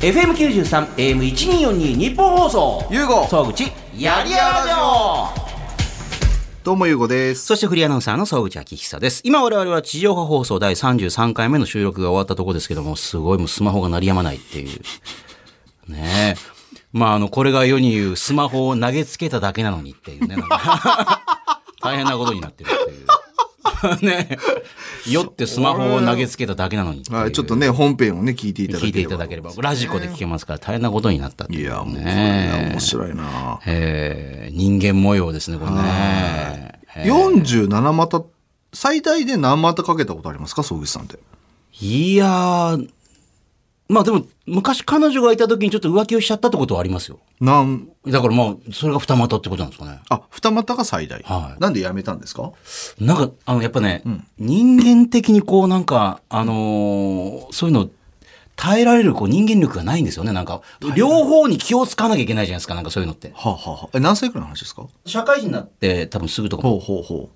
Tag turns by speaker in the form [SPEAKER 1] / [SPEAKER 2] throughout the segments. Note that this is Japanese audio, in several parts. [SPEAKER 1] FM93、AM1242 日本放送。
[SPEAKER 2] ゆうご
[SPEAKER 1] 総口、やりやらじょ
[SPEAKER 2] どうもゆうごです。
[SPEAKER 1] そしてフリーアナウンサーの総口昭久です。今我々は地上波放送第33回目の収録が終わったところですけども、すごいもうスマホが鳴りやまないっていう。ねえ。まああの、これが世に言うスマホを投げつけただけなのにっていうね。なん か大変なことになってるっていう。 ねえ。酔ってスマホを投げつけただけなのにっていう
[SPEAKER 2] はい、ちょっとね、本編をね、聞いていただ
[SPEAKER 1] 聞い
[SPEAKER 2] け
[SPEAKER 1] て
[SPEAKER 2] れ
[SPEAKER 1] い
[SPEAKER 2] ば。
[SPEAKER 1] ただければ。ラジコで聞けますから大変なことになったっていう、
[SPEAKER 2] いや、もう、
[SPEAKER 1] ね
[SPEAKER 2] 面白いな
[SPEAKER 1] えー人間模様ですね、これね。
[SPEAKER 2] 47股、最大で何股かけたことありますか総口さんって。
[SPEAKER 1] いやー、まあでも、昔彼女がいた時にちょっと浮気をしちゃったってことはありますよ。
[SPEAKER 2] なん、
[SPEAKER 1] だからまあ、それが二股ってことなんですかね。
[SPEAKER 2] あ、二股が最大。
[SPEAKER 1] はい
[SPEAKER 2] なんでやめたんですか
[SPEAKER 1] なんか、あの、やっぱね、人間的にこう、なんか、あのーそういうの、耐えられるこう人間力がないんですよね。なんか、両方に気を使わなきゃいけないじゃないですか。なんかそういうのって。
[SPEAKER 2] はあ、はあはあ、え、何歳くらいの話ですか
[SPEAKER 1] 社会人になって、多分すぐとか。
[SPEAKER 2] ほうほうほ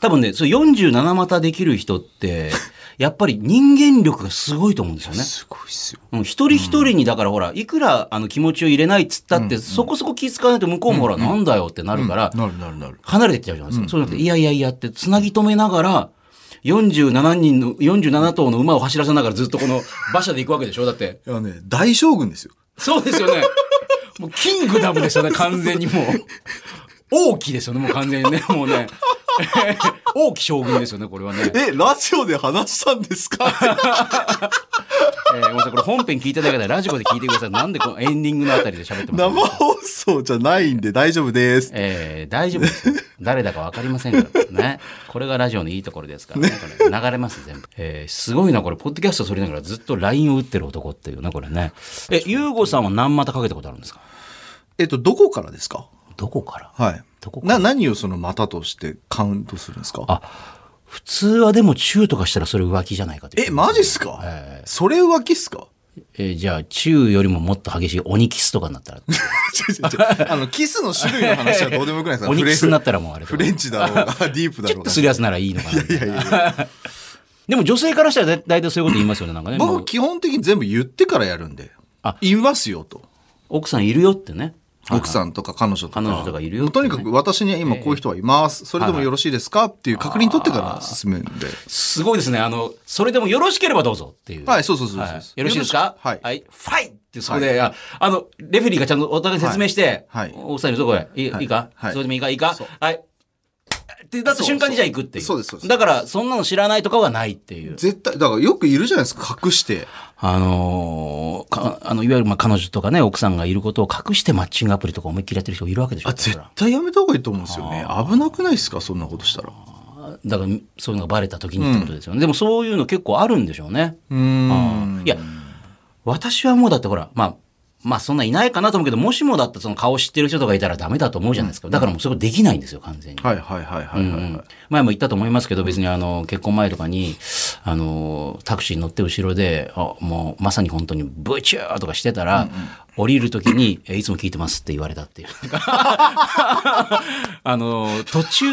[SPEAKER 1] 多分ね、そう47股できる人 って、やっぱり人間力がすごいと思うんですよね
[SPEAKER 2] う。。すごいっすよ。
[SPEAKER 1] うん一人一人に、だからほら、いくらあの気持ちを入れないっつったって、そこそこ気使わないと向こうもほら、なんだよってなるから、
[SPEAKER 2] なるなるなる。
[SPEAKER 1] 離れてっちゃうじゃないですか。そうじゃなくて、いやいやいやって、つなぎ止めながら、47人の、47頭の馬を走らせながらずっとこの 馬車で行くわけでしょだって。
[SPEAKER 2] いやね、大将軍ですよ。
[SPEAKER 1] そうですよね。もうキングダム ですよね、完全にもう。王騎ですよね、もう完全にね、もうね。 王騎将軍ですよね、これはね。
[SPEAKER 2] え、ラジオで話したんです か
[SPEAKER 1] えー、ごめんなさい、これ本編聞いてない方、ラジコで聞いてください。なんでこのエンディングのあたりで喋ってます
[SPEAKER 2] 生放送じゃないんで大丈夫です。
[SPEAKER 1] えー、大丈夫です よ。誰だか分かりませんからね。これがラジオのいいところですからね。これ流れます、全部。えー、すごいな、これ、ポッドキャストそれながらずっと LINE を打ってる男っていうね、これね。え、ゆうごさんは何股かけたことあるんですか
[SPEAKER 2] えっと、どこからですか
[SPEAKER 1] どこから
[SPEAKER 2] はい。
[SPEAKER 1] どこから
[SPEAKER 2] な、何をその股としてカウントするんですか
[SPEAKER 1] 普通はでもチューとかしたらそれ浮気じゃないかという
[SPEAKER 2] え、マジっすか、
[SPEAKER 1] え
[SPEAKER 2] それ浮気っ すか
[SPEAKER 1] えーじゃあ、チューよりももっと激しい鬼キスとかにな ったら、
[SPEAKER 2] 違う違う違う あの、キスの種類の話はどうでもよくないですか
[SPEAKER 1] 鬼キスになったら
[SPEAKER 2] フレ
[SPEAKER 1] もうあれ
[SPEAKER 2] フレンチだ ろうが、ディープだ
[SPEAKER 1] キュッ
[SPEAKER 2] ろうが
[SPEAKER 1] と。するやつならいいのかな。
[SPEAKER 2] いやいやいや
[SPEAKER 1] でも女性からしたら大大体そういうこと言いますよね、なんかね。も
[SPEAKER 2] 僕
[SPEAKER 1] う
[SPEAKER 2] 基本的に全部言ってからやるんで
[SPEAKER 1] あ。
[SPEAKER 2] 言いますよと。
[SPEAKER 1] 奥さんいるよってね。
[SPEAKER 2] 奥さんとか彼女とか。
[SPEAKER 1] 彼女とかいるよ
[SPEAKER 2] もうとにかく私には今こういう人はいます。それでもよろしいですかっていう確認取ってから進めるんで。
[SPEAKER 1] すごいですね。あの、それでもよろしければどうぞっていう。
[SPEAKER 2] はい、そうそうそうそう
[SPEAKER 1] はいよろしいですか
[SPEAKER 2] はい。
[SPEAKER 1] ファイってそこで、ああの、レフェリーがちゃんとお互い説明して、
[SPEAKER 2] はいはい
[SPEAKER 1] お二人のとこへ、いいいか
[SPEAKER 2] はい
[SPEAKER 1] それでもいいかいいかはい。ってなった瞬間にじゃあ行くっていう。
[SPEAKER 2] そうですそうです
[SPEAKER 1] だから、そんなの知らないとかはないっていう。
[SPEAKER 2] 絶対、だからよくいるじゃないですか、隠して。
[SPEAKER 1] あのーか、あの、いわゆる、まあ、彼女とかね、奥さんがいることを隠してマッチングアプリとか思いっきりやってる人いるわけでしょ。
[SPEAKER 2] あ、
[SPEAKER 1] だか
[SPEAKER 2] 絶対やめた方がいいと思うんですよね。危なくないですか、そんなことしたら。
[SPEAKER 1] ら、だからそういうのがバレた時にってことですよね。でも、そういうの結構あるんでしょうね。
[SPEAKER 2] うーん。
[SPEAKER 1] いや、私はもうだってほら、まあ、まあそんないないかなと思うけど、もしもだったらその顔知ってる人とかいたらダメだと思うじゃないですか。だからもうそれできないんですよ、完全に。
[SPEAKER 2] はいはいはいはいはいはい。
[SPEAKER 1] 前も言ったと思いますけど、別にあの、結婚前とかに、あの、タクシーに乗って後ろで、あもうまさに本当にブチューとかしてたら、降りるときに、えいつも聞いてますって言われた っていう。あの、途中、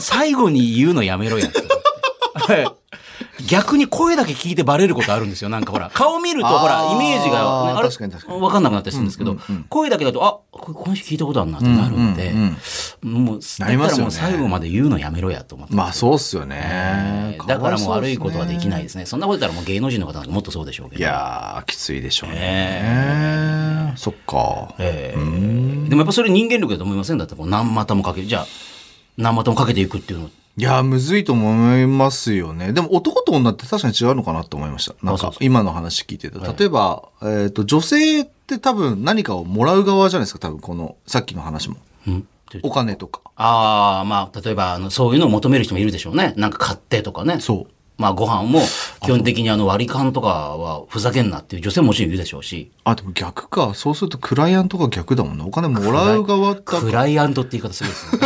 [SPEAKER 1] 最後に言うのやめろやって。逆に声だけ聞いてバレることあるんですよ。なんかほら、顔見るとほら、
[SPEAKER 2] あー
[SPEAKER 1] イメージが、ね、あれ
[SPEAKER 2] 確かに確かに
[SPEAKER 1] わかんなくなったりするんですけど、声だけだと、あ、これこの人聞いたことあるなってなるんで、もう、だ
[SPEAKER 2] なり
[SPEAKER 1] っ
[SPEAKER 2] ま
[SPEAKER 1] たら
[SPEAKER 2] すよね
[SPEAKER 1] もう最後まで言うのやめろやと思って。
[SPEAKER 2] まあそうっすよ
[SPEAKER 1] え
[SPEAKER 2] ね
[SPEAKER 1] ー。だからもう悪いことはでき
[SPEAKER 2] い。
[SPEAKER 1] ないですね。そんなこと言ったらもう芸能人の方なんかもっとそうでしょうけど。
[SPEAKER 2] いやー、きついでしょう
[SPEAKER 1] ね
[SPEAKER 2] ね。そっか。
[SPEAKER 1] えーでもやっぱそれ人間力だと思いませんだってこう何股もかける。じゃあ、何股もかけていくっていうの。
[SPEAKER 2] いやー、むずいと思いますよね。でも男と女って確かに違うのかなと思いました。なん
[SPEAKER 1] あそう
[SPEAKER 2] か
[SPEAKER 1] そ
[SPEAKER 2] 今の話聞いてた。例えば、えっと、女性って多分何かをもらう側じゃないですか。多分この、さっきの話も。
[SPEAKER 1] うんっていう
[SPEAKER 2] お金とか。
[SPEAKER 1] ああ、まあ、例えば、あの、そういうのを求める人もいるでしょうね。なんか買ってとかね。
[SPEAKER 2] そう。
[SPEAKER 1] まあ、ご飯も、基本的にあの、割り勘とかはふざけんなっていう女性ももちろんいるでしょうし。
[SPEAKER 2] あ、でも逆か。そうするとクライアントが逆だもんな。お金もらう側だ
[SPEAKER 1] クライアントって言い方するんですね。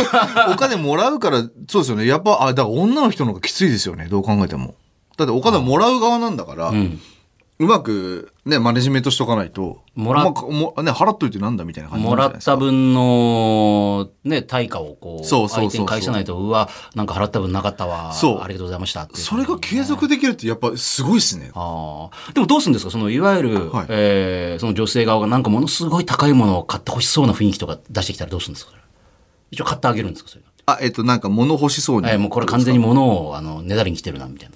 [SPEAKER 2] お金もらうから、そうですよね。やっぱ、あ、だから女の人の方がきついですよね。どう考えても。だってお金もらう側なんだから、うまくね、マネジメントしとかないと、
[SPEAKER 1] もらっ
[SPEAKER 2] まあもね、払っといてなんだみたいな感じ
[SPEAKER 1] もらった分の、ね、対価をこう、
[SPEAKER 2] そうそうそうそう
[SPEAKER 1] 相手に返さないと、うわ、なんか払った分なかったわ。
[SPEAKER 2] そう
[SPEAKER 1] ありがとうございましたっていう。
[SPEAKER 2] それが継続できるってやっぱすごいですね。
[SPEAKER 1] ああ。でもどうするんですかその、いわゆる、
[SPEAKER 2] はい
[SPEAKER 1] えーその女性側がなんかものすごい高いものを買ってほしそうな雰囲気とか出してきたらどうするんですかそれ一応買ってあげるんですかそれ。
[SPEAKER 2] あ、えっと、なんか物欲しそうに。
[SPEAKER 1] えーもうこれ完全に物を、あの、ねだりに来てるな、みたいな。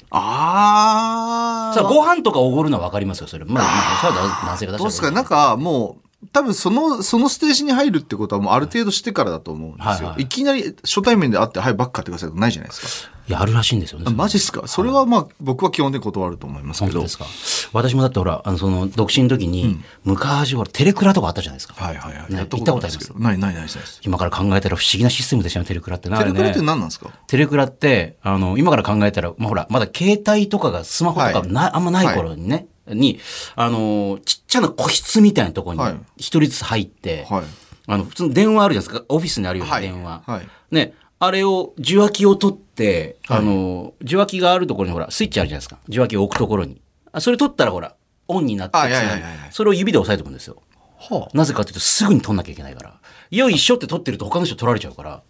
[SPEAKER 2] あ
[SPEAKER 1] さあ、
[SPEAKER 2] あ。
[SPEAKER 1] ご飯とかおごるのはわかりますよ、それ。まあ、まあ、それは男性が出した
[SPEAKER 2] どうですか
[SPEAKER 1] ね。
[SPEAKER 2] なんかもう、多分その、そのステージに入るってことはもうある程度してからだと思うんですよ。
[SPEAKER 1] はい
[SPEAKER 2] い
[SPEAKER 1] はい
[SPEAKER 2] きなり初対面で会って、はい、バッグ買ってくださいとかないじゃないですか。
[SPEAKER 1] いや、あるらしいんですよね。それ
[SPEAKER 2] マジっすかそれはまあ、僕は基本的に断ると思いますけ
[SPEAKER 1] 本当
[SPEAKER 2] ど。は
[SPEAKER 1] で
[SPEAKER 2] い
[SPEAKER 1] すか。私もだってほら、あの、その、独身の時に、昔、ほら、テレクラとかあったじゃないですか。
[SPEAKER 2] はいはい。
[SPEAKER 1] ね
[SPEAKER 2] や
[SPEAKER 1] 行ったことあります
[SPEAKER 2] ないですけど。ないないないないです。
[SPEAKER 1] 今から考えたら不思議なシステムですよね、テレクラってな。
[SPEAKER 2] テレクラっ
[SPEAKER 1] あれ
[SPEAKER 2] て
[SPEAKER 1] ね
[SPEAKER 2] 何なんですか
[SPEAKER 1] テレクラって、あの、今から考えたら、まあ、ほら、まだ携帯とかが、スマホとか
[SPEAKER 2] はい
[SPEAKER 1] な、あんまない頃にね、に、あの、ちっちゃな個室みたいなところ
[SPEAKER 2] はい
[SPEAKER 1] に、一人ずつ入って、
[SPEAKER 2] はい。
[SPEAKER 1] あの、普通の電話あるじゃないですか。オフィスにあるような
[SPEAKER 2] はい。
[SPEAKER 1] 電話。
[SPEAKER 2] はい。
[SPEAKER 1] ね、あれを受話器を取って、あの、受話器があるところにほら、スイッチあるじゃないですか。受話器を置くところに。あそれ取ったらほら、オンになって
[SPEAKER 2] あ
[SPEAKER 1] つなが
[SPEAKER 2] いやい
[SPEAKER 1] る
[SPEAKER 2] やいやいや
[SPEAKER 1] それを指で押さえておくんですよ。
[SPEAKER 2] は
[SPEAKER 1] なぜかというと、すぐに取んなきゃいけないから。よいしょって取ってると他の人取られちゃうから、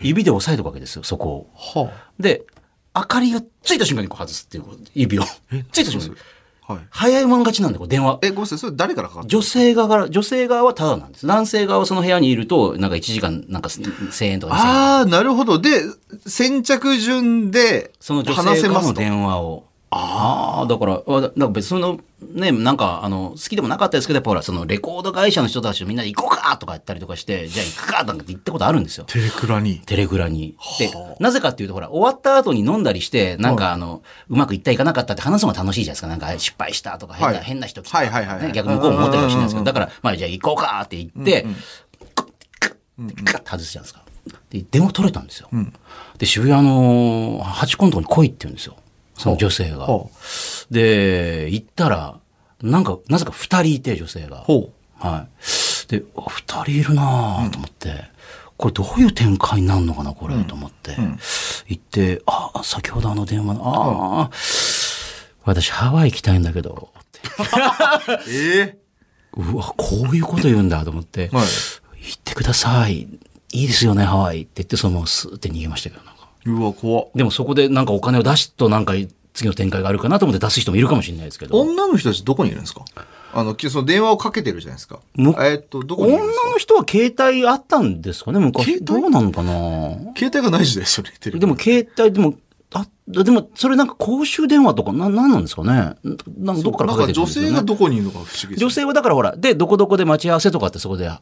[SPEAKER 1] 指で押さえておくわけですよ、そこを。
[SPEAKER 2] あ。は
[SPEAKER 1] で、明かりがついた瞬間にこう外すっていう、指を。ついた瞬間に。
[SPEAKER 2] あ。はい。
[SPEAKER 1] 早いもん勝ちなんで、こう電話。
[SPEAKER 2] え、ごめんなさい。それ誰からかかって
[SPEAKER 1] 女性側から、女性側はただなんです。男性側はその部屋にいると、なんか1時間、なんか1000円とか2000円。
[SPEAKER 2] ああ、なるほど。で、先着順で
[SPEAKER 1] その女
[SPEAKER 2] 話
[SPEAKER 1] 性
[SPEAKER 2] せ
[SPEAKER 1] から
[SPEAKER 2] ます
[SPEAKER 1] の
[SPEAKER 2] と。
[SPEAKER 1] 電話を。ああ、だから、わだから別にその、ね、なんか、あの、好きでもなかったですけど、やっぱほら、そのレコード会社の人たちとみんなで行こうかとか言ったりとかして、じゃあ行くかなんて言ったことあるんですよ。
[SPEAKER 2] テレクラに。
[SPEAKER 1] テレグラに。で、なぜかっていうと、ほら、終わった後に飲んだりして、なんかあの、うまくいったいかなかったって話すのが楽しいじゃないですか。なんか失敗したとか、変な、
[SPEAKER 2] はい
[SPEAKER 1] 変な人来たとか、
[SPEAKER 2] はいはいはい
[SPEAKER 1] ね逆に向こうも思ったりはしないですけ
[SPEAKER 2] うんうん
[SPEAKER 1] ど、だ
[SPEAKER 2] うん
[SPEAKER 1] から、まあじゃあ行こうかって言って、カッて外すじゃないですか。で、電話取れたんですよ。で、渋谷のハチ公のとこに来いって言うんですよ。その女性が。
[SPEAKER 2] ほう。
[SPEAKER 1] で、行ったら、なんか、なぜか二人いて、女性が。
[SPEAKER 2] ほ
[SPEAKER 1] はい。で、あ二人いるなぁと思って、これどういう展開になるのかな、これ、と思って、行って、あ、先ほどあの電話の、ああ、私ハワイ行きたいんだけど、って
[SPEAKER 2] う。え
[SPEAKER 1] うわ、こういうこと言うんだと思って、
[SPEAKER 2] えはい。
[SPEAKER 1] 行ってください。いいですよね、ハワイって言って、そのままスーって逃げましたけど、なんか。
[SPEAKER 2] うわ、怖っ
[SPEAKER 1] でもそこでなんかお金を出すと、なんか次の展開があるかなと思って出す人もいるかもしれないですけど。
[SPEAKER 2] 女の人たちどこにいるんですかあの、きその電話をかけてるじゃないですか。え
[SPEAKER 1] む
[SPEAKER 2] ーっと、どこにい
[SPEAKER 1] 女
[SPEAKER 2] るんですか
[SPEAKER 1] の人は携帯あったんですかね昔。
[SPEAKER 2] 携
[SPEAKER 1] ど
[SPEAKER 2] 帯
[SPEAKER 1] うなのかな
[SPEAKER 2] 携帯がない時代ですよね、テレ
[SPEAKER 1] で
[SPEAKER 2] クラ
[SPEAKER 1] も携帯、でも、あ、でも、それなんか公衆電話とか、な、なんなんですかねなんかどっから
[SPEAKER 2] なん
[SPEAKER 1] かけて
[SPEAKER 2] か
[SPEAKER 1] くるん
[SPEAKER 2] 女
[SPEAKER 1] ですよ、
[SPEAKER 2] 性
[SPEAKER 1] ね、
[SPEAKER 2] がどこにいるのか不思議ですよ
[SPEAKER 1] 女
[SPEAKER 2] ね。
[SPEAKER 1] 性はだからほら、で、どこどこで待ち合わせとかってそこで、
[SPEAKER 2] あ、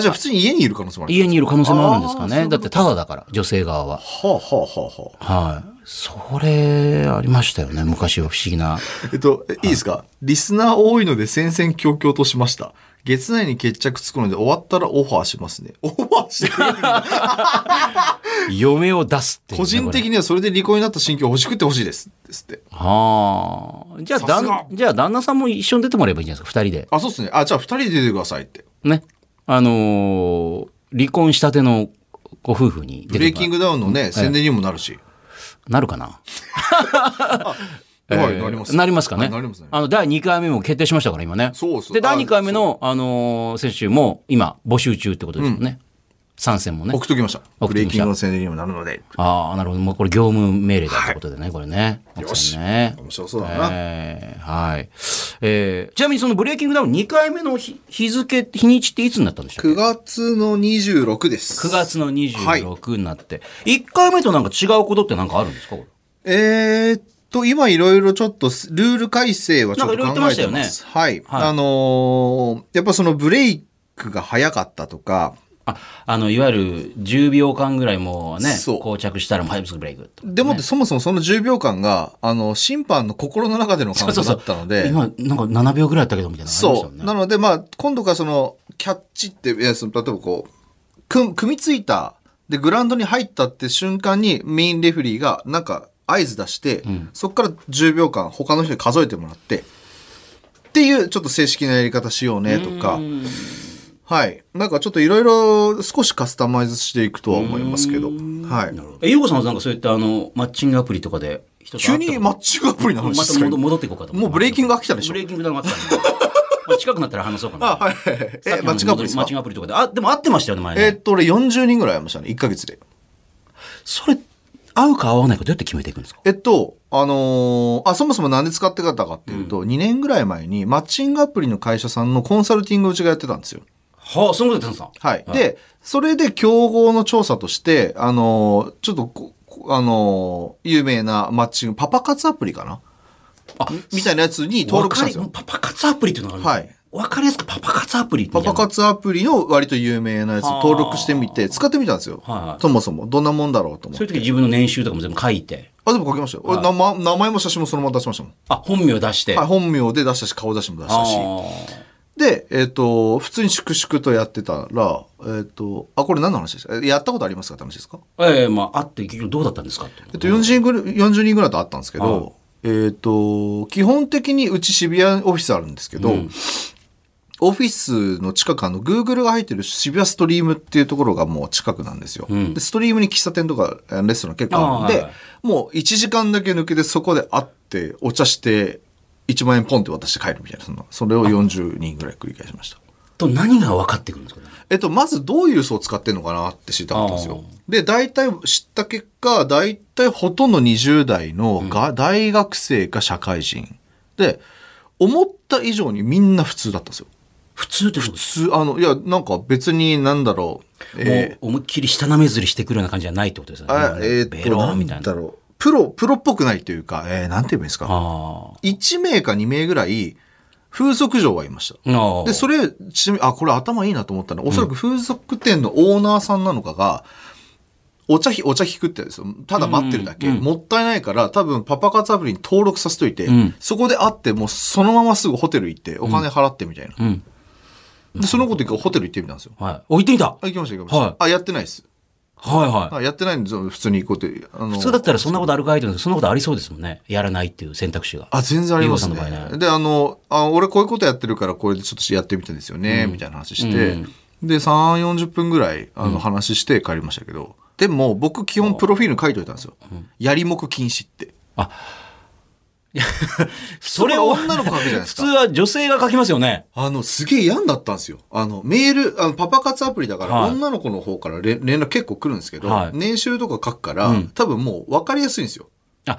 [SPEAKER 2] じゃあ普通に家にいる可能性もある。
[SPEAKER 1] 家にいる可能性もあるんですか
[SPEAKER 2] あーそういう
[SPEAKER 1] ねだってタダだから、女性側は。
[SPEAKER 2] はあ、はあはあはあ、
[SPEAKER 1] はい。それ、ありましたよね。昔は不思議な。
[SPEAKER 2] えっと、えいいですかリスナー多いので戦々恐々としました。月内に決着つくので終わったらオファーしますね。オファーしてくれるんだ
[SPEAKER 1] 嫁を出すっていう
[SPEAKER 2] 個
[SPEAKER 1] ね、
[SPEAKER 2] 人
[SPEAKER 1] に。
[SPEAKER 2] 的にはそれで離婚になった心境を欲しくってほしいです。ですって。
[SPEAKER 1] はあ。じゃあ、
[SPEAKER 2] さすが
[SPEAKER 1] 旦じゃあ、旦那さんも一緒に出てもらえばいいんじゃないですか、二人で。
[SPEAKER 2] あ、そうっすね。あ、じゃあ二人で出てくださいって。
[SPEAKER 1] ね。あのー離婚したてのご夫婦に出ても
[SPEAKER 2] ブ
[SPEAKER 1] ら
[SPEAKER 2] レ
[SPEAKER 1] う
[SPEAKER 2] イキングダウンのね、宣伝にもなるし。
[SPEAKER 1] なるかな
[SPEAKER 2] は
[SPEAKER 1] え
[SPEAKER 2] い、
[SPEAKER 1] ー
[SPEAKER 2] なります。
[SPEAKER 1] なりますかね。
[SPEAKER 2] はいなりますね。
[SPEAKER 1] あの、第2回目も決定しましたから、今ね。
[SPEAKER 2] そうそう
[SPEAKER 1] で、第2回目の、あのー選手も、今、募集中ってことですもんね。参戦もね。
[SPEAKER 2] 送っときました。
[SPEAKER 1] 送っ
[SPEAKER 2] ブ
[SPEAKER 1] と
[SPEAKER 2] レ
[SPEAKER 1] き
[SPEAKER 2] イ
[SPEAKER 1] ました
[SPEAKER 2] キングの宣伝にもなるので。
[SPEAKER 1] ああ、なるほど。もうこれ業務命令だってことでね、これね。
[SPEAKER 2] よし
[SPEAKER 1] 奥さんね。
[SPEAKER 2] 面白そうだな
[SPEAKER 1] えーはい。えーちなみにそのブレイキングダウン2回目の日日付、日にちっていつになったんでしょう
[SPEAKER 2] 9月の26です。
[SPEAKER 1] 9月の
[SPEAKER 2] はい
[SPEAKER 1] 26になって、1回目となんか違うことってなんかあるんですかこれ
[SPEAKER 2] えーっと、今いろいろちょっとルール改正はちょっと考えて
[SPEAKER 1] なんかいろいろ言って
[SPEAKER 2] ま
[SPEAKER 1] まし
[SPEAKER 2] す。
[SPEAKER 1] たよね
[SPEAKER 2] はい。
[SPEAKER 1] はい
[SPEAKER 2] あのーやっぱそのブレイクが早かったとか、
[SPEAKER 1] あ、あの、いわゆる10秒間ぐらいもうね、
[SPEAKER 2] そう
[SPEAKER 1] 膠着したらもう早くすぐブレイクと。
[SPEAKER 2] でもってそもそもその10秒間が、あの、審判の心の中での感想だったので、
[SPEAKER 1] 今、なんか7秒ぐらいだったけどみたいなのありました
[SPEAKER 2] そ
[SPEAKER 1] もん
[SPEAKER 2] う。
[SPEAKER 1] ね。
[SPEAKER 2] なので、まあ、今度からその、キャッチって、いやその例えばこう、組組みついた、で、グラウンドに入ったって瞬間に、メインレフェリーが、なんか、合図出して、そこから10秒間、他の人に数えてもらって、っていう、ちょっと正式なやり方しようね、とか、はい。なんかちょっといろいろ少しカスタマイズしていくとは思いますけど、はい。
[SPEAKER 1] え、ゆうこさんはなんかそういったあの、マッチングアプリとかで人と
[SPEAKER 2] 急
[SPEAKER 1] 会ったこと
[SPEAKER 2] にマッチングアプリの話で
[SPEAKER 1] ますた
[SPEAKER 2] か
[SPEAKER 1] 戻戻っていこうかと思
[SPEAKER 2] もうブレイキング飽きたでしょ
[SPEAKER 1] ブレイキングダウンがあったんでまあ近くなったら話そうかな
[SPEAKER 2] あ、はいはいはい。え、マッチングアプリです
[SPEAKER 1] マ
[SPEAKER 2] か
[SPEAKER 1] ッチングアプリとかであでも会ってましたよね前ね
[SPEAKER 2] えーっと、俺40人ぐらい会いましたね、1ヶ月で。
[SPEAKER 1] それ合うか合わないかどうやって決めていくんですか
[SPEAKER 2] えっと、あのーあ、そもそもなんで使ってたかっていうと、2年ぐらい前にマッチングアプリの会社さんのコンサルティングをうちがやってたんですよ。
[SPEAKER 1] はあそういうことでさん
[SPEAKER 2] はい。で、それで競合の調査として、あのーちょっとこ、こあのー有名なマッチング、パパ活アプリかな
[SPEAKER 1] あ
[SPEAKER 2] みたいなやつに登録したんですよ。
[SPEAKER 1] わかりパパ活アプリっていうのがあるんですよわかりやすくパパ活アプリみた
[SPEAKER 2] パ
[SPEAKER 1] いな
[SPEAKER 2] パ活アプリの割と有名なやつ
[SPEAKER 1] はあ
[SPEAKER 2] 登録してみて、使ってみたんですよ。
[SPEAKER 1] はいはい
[SPEAKER 2] そもそも。どんなもんだろうと思っ
[SPEAKER 1] そう
[SPEAKER 2] て。
[SPEAKER 1] いう時自分の年収とかも全部書いて
[SPEAKER 2] あ、でも書きましたよ。俺名前名前も写真もそのまま出しましたもん。
[SPEAKER 1] あ本名出して、
[SPEAKER 2] はい、本名で出したし、顔出しも出し
[SPEAKER 1] あ
[SPEAKER 2] たし。で、えっ、と、普通に粛々とやってたら、えっ、と、あ、これ何の話ですかえやったことありますかって話ですか
[SPEAKER 1] ーええまあ会って結局どうだったんですかって
[SPEAKER 2] えっと、40人ぐらい、40人ぐらいと会ったんですけど、えっ、と、基本的にうち渋谷オフィスあるんですけど、オフィスの近く、あの、Google が入ってる渋谷ストリームっていうところがもう近くなんですよ。でストリームに喫茶店とかえーレストラン結構あるん
[SPEAKER 1] あー
[SPEAKER 2] で、
[SPEAKER 1] はい
[SPEAKER 2] もう1時間だけ抜けてそこで会って、お茶して、1万円ポンって渡して帰るみたいな、そんなそれを40人ぐらい繰り返しました。
[SPEAKER 1] と何が分かってくるんですか、ね、
[SPEAKER 2] えっと、まずどういう層を使ってんのかなって知りたかったんですよ。で、大体知った結果、大体ほとんど20代のが、大学生か社会人。で、思った以上にみんな普通だったんですよ。
[SPEAKER 1] 普通ってことです
[SPEAKER 2] 普通、あの、いや、なんか別になんだろう。え
[SPEAKER 1] もう思いっきり下なめずりしてくるような感じじゃないってことですよ
[SPEAKER 2] ー、
[SPEAKER 1] ね。
[SPEAKER 2] あえー
[SPEAKER 1] ベ
[SPEAKER 2] っと、
[SPEAKER 1] ロ
[SPEAKER 2] な
[SPEAKER 1] ー
[SPEAKER 2] ん
[SPEAKER 1] みたいな。
[SPEAKER 2] だろう。プロ、プロっぽくないというか、えー、なんて言えばいいんですか。
[SPEAKER 1] あ
[SPEAKER 2] 1名か2名ぐらい、風俗嬢はいました。
[SPEAKER 1] あ。ああ
[SPEAKER 2] で、それ、ちなみに、あ、これ頭いいなと思ったのはおそらく風俗店のオーナーさんなのかが、お茶ひ、お茶引くってやつですよただ待ってるだけ。もったいないから、多分パパ活アプリに登録させといて、
[SPEAKER 1] ん
[SPEAKER 2] そこで会って、もうそのまますぐホテル行って、お金払ってみたいな。
[SPEAKER 1] ん
[SPEAKER 2] で、そのこと一回ホテル行ってみたんですよ。
[SPEAKER 1] はい。お、行ってみたは
[SPEAKER 2] あ、行きました、行きました。
[SPEAKER 1] はい
[SPEAKER 2] あ、やってないです。
[SPEAKER 1] いはい。
[SPEAKER 2] あやってないんですよ、普通に行こうって。あの
[SPEAKER 1] 普通だったらそんなことあるかいって言うんですけどそんなことありそうですもんね。やらないっていう選択肢が。
[SPEAKER 2] あ、全然ありますね
[SPEAKER 1] リオさんの場合。
[SPEAKER 2] で、あの、あ、俺こういうことやってるから、これでちょっとやってみたんですよね、みたいな話して、で、3、40分ぐらい、あの、話して帰りましたけど、でも、僕、基本、プロフィールに書いといたんですよ。やりもく禁止って。
[SPEAKER 1] それ
[SPEAKER 2] こ
[SPEAKER 1] を、
[SPEAKER 2] れ女の子書くじゃない で
[SPEAKER 1] 普
[SPEAKER 2] す
[SPEAKER 1] 通
[SPEAKER 2] か。
[SPEAKER 1] は女性が書きますよね。
[SPEAKER 2] あの、すげえ嫌になったんですよ。あの、メール、あの、パパ活アプリだから、
[SPEAKER 1] はい
[SPEAKER 2] 女の子の方から連連絡結構来るんですけど、
[SPEAKER 1] はい
[SPEAKER 2] 年収とか書くから、多分もう分かりやすいんですよ。
[SPEAKER 1] あ、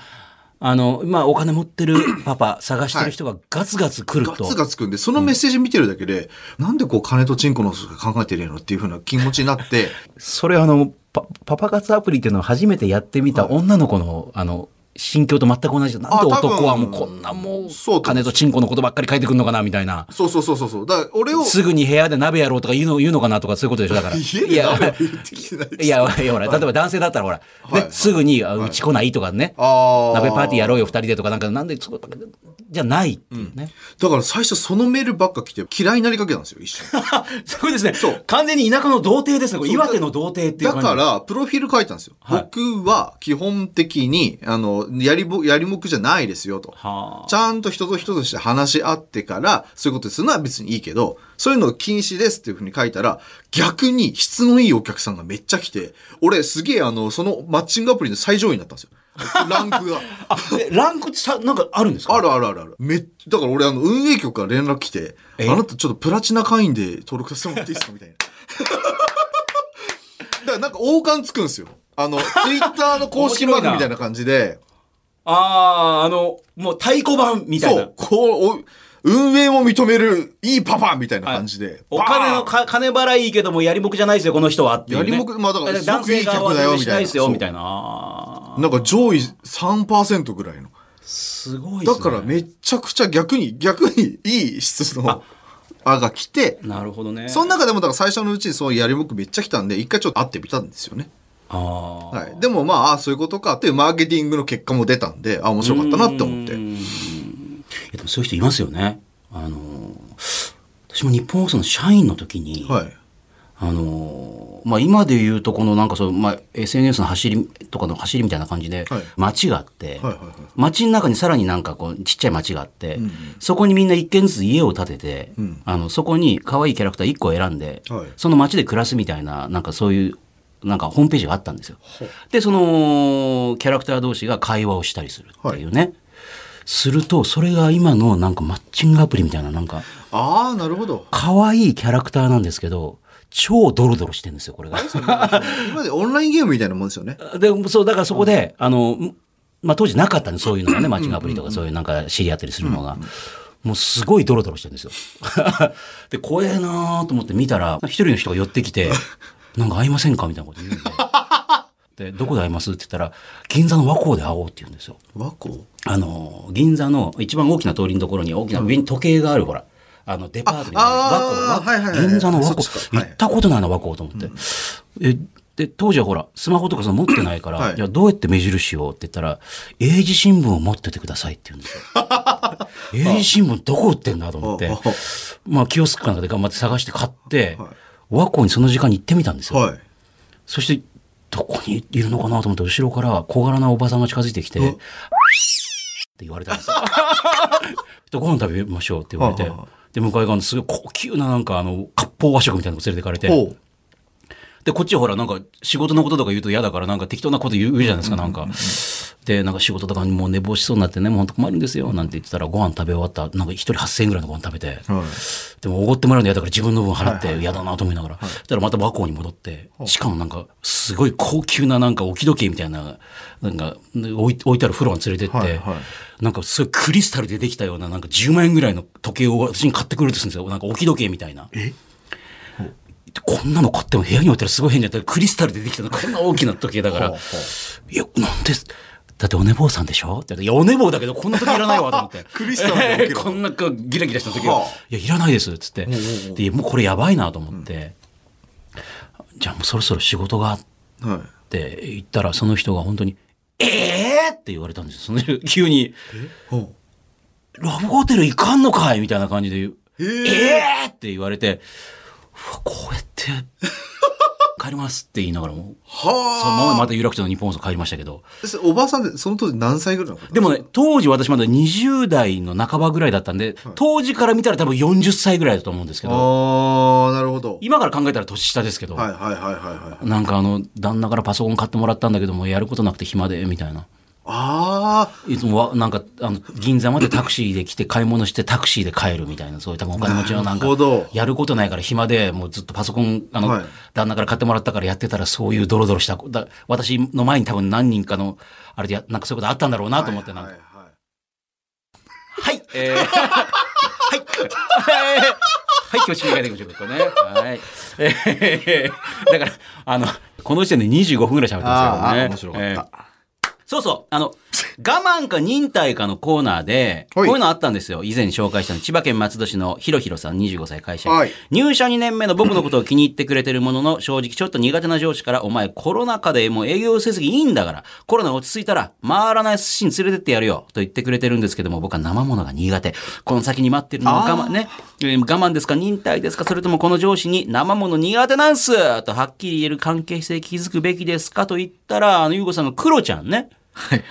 [SPEAKER 1] あの、まあ、お金持ってるパパ探してる人がガツガツ来る
[SPEAKER 2] ガ
[SPEAKER 1] と。
[SPEAKER 2] ツガツくんで、そのメッセージ見てるだけで、なんでこう金とチンコのことしか考えてねえのっていうふうな気持ちになって、
[SPEAKER 1] それあの、パパパ活アプリっていうのを初めてやってみた女の子の、あの、心境と全く同じで、なんで
[SPEAKER 2] あ多分
[SPEAKER 1] 男はもうこんなもう
[SPEAKER 2] そう、
[SPEAKER 1] 金とチンコのことばっかり書いてくるのかな、みたいな。
[SPEAKER 2] そうそうそうそうそう。だから俺を。
[SPEAKER 1] すぐに部屋で鍋やろうとか言うの言うのかなとかそういうことでしょだから。
[SPEAKER 2] 家
[SPEAKER 1] い
[SPEAKER 2] で
[SPEAKER 1] や
[SPEAKER 2] 鍋 は言ってきてないです
[SPEAKER 1] いや、 いやほら、例えば男性だったらほら、
[SPEAKER 2] はい
[SPEAKER 1] ねすぐに、あうち来ないとかね、
[SPEAKER 2] あー
[SPEAKER 1] 鍋パーティーやろうよ、二人でとか、なんか、なんで、そこばっかりじゃないっていうね。
[SPEAKER 2] だから最初そのメールばっか来て嫌いになりかけたんですよ、一瞬。
[SPEAKER 1] あすごいですね。
[SPEAKER 2] そう
[SPEAKER 1] 完全に田舎の童貞ですね。これ
[SPEAKER 2] そう
[SPEAKER 1] 岩手の童貞っていう
[SPEAKER 2] だ
[SPEAKER 1] 感じ。
[SPEAKER 2] から、プロフィール書いたんですよ。
[SPEAKER 1] はい
[SPEAKER 2] 僕は基本的に、あの、やりぼ、やりもくじゃないですよと。
[SPEAKER 1] はあ
[SPEAKER 2] ちゃんと人と人として話し合ってから、そういうことするのは別にいいけど、そういうの禁止ですっていうふうに書いたら、逆に質のいいお客さんがめっちゃ来て、俺すげえあの、そのマッチングアプリの最上位になったんですよ。ランクが。
[SPEAKER 1] あ、えランクってさ、なんかあるんですか
[SPEAKER 2] あるあるあるある。めっだから俺、あの、運営局から連絡来て、あ
[SPEAKER 1] え
[SPEAKER 2] なたちょっとプラチナ会員で登録させてもらっていいですかみたいな。 だからなんか王冠つくんですよ。あ の、ツイッターの公式番組みたいな感じで、
[SPEAKER 1] あー、あの、もう太鼓判みたい
[SPEAKER 2] そ
[SPEAKER 1] な
[SPEAKER 2] う。、こう、お運営も認めるいいパパみたいな感じで。
[SPEAKER 1] お金の
[SPEAKER 2] バーン
[SPEAKER 1] か金払いいけども、やりもくじゃないですよ、この人はっていう、ね。
[SPEAKER 2] やりもくまあだからすご
[SPEAKER 1] 男
[SPEAKER 2] くい
[SPEAKER 1] 性
[SPEAKER 2] い
[SPEAKER 1] 側
[SPEAKER 2] 客
[SPEAKER 1] は
[SPEAKER 2] だよみたいな
[SPEAKER 1] しないですよ、
[SPEAKER 2] そう
[SPEAKER 1] みたいな。あー
[SPEAKER 2] なんか上位3%ぐらいの。
[SPEAKER 1] すごいです
[SPEAKER 2] だ
[SPEAKER 1] ね。
[SPEAKER 2] からめちゃくちゃ逆に、 逆にいい質の、あが来て、
[SPEAKER 1] なるほどね。
[SPEAKER 2] その中でもだから最初のうちにそういうやりもくめっちゃ来たんで、一回ちょっと会ってみたんですよね。
[SPEAKER 1] ああ。
[SPEAKER 2] はい。でもまあ、あそういうことかっていうマーケティングの結果も出たんで、あ、面白かったなって思って。
[SPEAKER 1] えでもそういう人いますよね。あのー私も日本放送の社員の時に、
[SPEAKER 2] はい。
[SPEAKER 1] あのーまあ、今で言うとこのなんかそう、まあ、SNS の走りとかの走りみたいな感じで、
[SPEAKER 2] はい
[SPEAKER 1] 街があって、
[SPEAKER 2] はいはいはい
[SPEAKER 1] 街の中にさらになんかこうちっちゃい街があって、そこにみんな一軒ずつ家を建てて、あのそこに可愛いキャラクター1個選んで、
[SPEAKER 2] はい
[SPEAKER 1] その街で暮らすみたいななんかそういうなんかホームページがあったんですよ。で、その、キャラクター同士が会話をしたりするっていうね。すると、それが今のなんかマッチングアプリみたいな、なんか、
[SPEAKER 2] ああ、なるほど。
[SPEAKER 1] 可愛いキャラクターなんですけど、超ドロドロしてるんですよ、これが。
[SPEAKER 2] 今でオンラインゲームみたいなもんですよね。
[SPEAKER 1] で、そう、だからそこで、あの、まあ、当時なかったんで、そういうのがね、マッチングアプリとかそういうなんか知り合ったりするのが。もうすごいドロドロしてるんですよ。 で、怖えなーと思って見たら、一人の人が寄って きて、なんか会いませんかみたいなこと言うんで。で、どこで会いますって言ったら、銀座の和光で会おうって言うんですよ。
[SPEAKER 2] 和光
[SPEAKER 1] あの、銀座の一番大きな通りのところに大きな上に時計がある、ほら。あの、デパートみたいな。
[SPEAKER 2] ああー
[SPEAKER 1] 和光
[SPEAKER 2] はいはいはい
[SPEAKER 1] 銀座の和光
[SPEAKER 2] そっちかは
[SPEAKER 1] 行
[SPEAKER 2] い
[SPEAKER 1] ったことないな、和光と思って。え、で、当時はほら、スマホとかその持ってないから、
[SPEAKER 2] はい
[SPEAKER 1] じゃあどうやって目印をって言ったら、英字新聞を持っててくださいって言うんですよ。 英字新聞どこ売ってんだと思って
[SPEAKER 2] ああ、
[SPEAKER 1] まあ、キオスクかなんかで頑張って探して買って
[SPEAKER 2] はい、
[SPEAKER 1] 和光にその時間に行ってみたんですよ。
[SPEAKER 2] はい。
[SPEAKER 1] そして、どこにいるのかなと思って、後ろから小柄なおばさんが近づいてきて、って言われたんですよ。 でご飯食べましょうって言われて
[SPEAKER 2] はあはあ、
[SPEAKER 1] で、向かい側のすごい高級ななんか、あの、割烹和食みたいなの連れてかれて、
[SPEAKER 2] ほう。
[SPEAKER 1] で、こっちはほら、なんか、仕事のこととか言うと嫌だから、なんか適当なこと言うじゃないですか、なんか。で、なんか仕事とかにもう寝坊しそうになってね、もう本当困るんですよ、なんて言ってたら、ご飯食べ終わった、なんか一人8000円ぐらいのご飯食べて、
[SPEAKER 2] はい
[SPEAKER 1] でも、おごってもらうの嫌だから自分の分払って嫌だなと思いながら。そしたらまた和光に戻って、しかもなんか、すごい高級ななんか置き時計みたいな、なんか、置い置いてあるフロアに連れてって、
[SPEAKER 2] はいは
[SPEAKER 1] なんかすごいクリスタルでできたような、なんか10万円ぐらいの時計を私に買ってくれるとするんですよ。なんか置き時計みたいな。こんなの買っても部屋に置いたらすごい変じゃん。だってクリスタルでできたの、こんな大きな時計だから。
[SPEAKER 2] ほうほ
[SPEAKER 1] いや、なんで、だってお寝坊さんでしょって言っていや、お寝坊だけどこんな時計いらないわ と思って。
[SPEAKER 2] クリスタルで起きる
[SPEAKER 1] こんなこうギラギラした時計
[SPEAKER 2] は
[SPEAKER 1] は
[SPEAKER 2] あ。
[SPEAKER 1] いや、いらないです、つって。で、もうこれやばいなと思って、じゃあもうそろそろ仕事があっ
[SPEAKER 2] はい。
[SPEAKER 1] て言ったら、その人が本当に、ええー、って言われたんですよ。その人急に、
[SPEAKER 2] ほ
[SPEAKER 1] ラブホテル行かんのかいみたいな感じで言う、
[SPEAKER 2] う。
[SPEAKER 1] え
[SPEAKER 2] へえ。
[SPEAKER 1] えー、って言われて、うわ、こうやって、帰りますって言いながらも、その
[SPEAKER 2] は
[SPEAKER 1] まままた有楽町の日本放送帰りましたけど、
[SPEAKER 2] あ。それおばさんってその当時何歳ぐらいなの
[SPEAKER 1] でもね、当時私まだ20代の半ばぐらいだったんで、当時から見たら多分40歳ぐらいだと思うんですけど、
[SPEAKER 2] ああ、なるほど。
[SPEAKER 1] 今から考えたら年下ですけど、
[SPEAKER 2] はいはいはいはいはい。
[SPEAKER 1] なんかあの、旦那からパソコン買ってもらったんだけども、やることなくて暇で、みたいな。
[SPEAKER 2] あ
[SPEAKER 1] いつもわ、なんか、あの、銀座までタクシーで来て、買い物してタクシーで帰るみたいな、そういう多分お金持ちのなんか
[SPEAKER 2] なるほど、
[SPEAKER 1] やることないから暇で、もうずっとパソコン、あの、
[SPEAKER 2] はい
[SPEAKER 1] 旦那から買ってもらったからやってたら、そういうドロドロした、だ私の前に多分何人かの、あれでや、なんかそういうことあったんだろうな
[SPEAKER 2] あ。
[SPEAKER 1] と思って、なんか
[SPEAKER 2] はい、はいはい
[SPEAKER 1] はい。 えー、はい。はい、教師に書いてみましょうかね。はい。えー、だから、あの、この時点で25分ぐらい喋ってます
[SPEAKER 2] あ
[SPEAKER 1] けど
[SPEAKER 2] ー
[SPEAKER 1] ね。
[SPEAKER 2] あ、面白か
[SPEAKER 1] え
[SPEAKER 2] っ
[SPEAKER 1] ーそうそう。あの、我慢か忍耐かのコーナーで、こ
[SPEAKER 2] は
[SPEAKER 1] う
[SPEAKER 2] い
[SPEAKER 1] いうのあったんですよ。以前紹介したの。千葉県松戸市のひろひろさん、25歳会社員。
[SPEAKER 2] はい
[SPEAKER 1] 入社2年目の僕のことを気に入ってくれてるものの、正直ちょっと苦手な上司から、お前コロナ禍でもう営業成績いいんだから、コロナ落ち着いたら回らない寿司に連れてってやるよ、と言ってくれてるんですけども、僕は生ものが苦手。この先に待ってるのは我慢ね。えー我慢ですか忍耐ですかそれともこの上司に生もの苦手なんすとはっきり言える関係性気づくべきですかと言ったら、あの、ゆうごさんのクロちゃんね。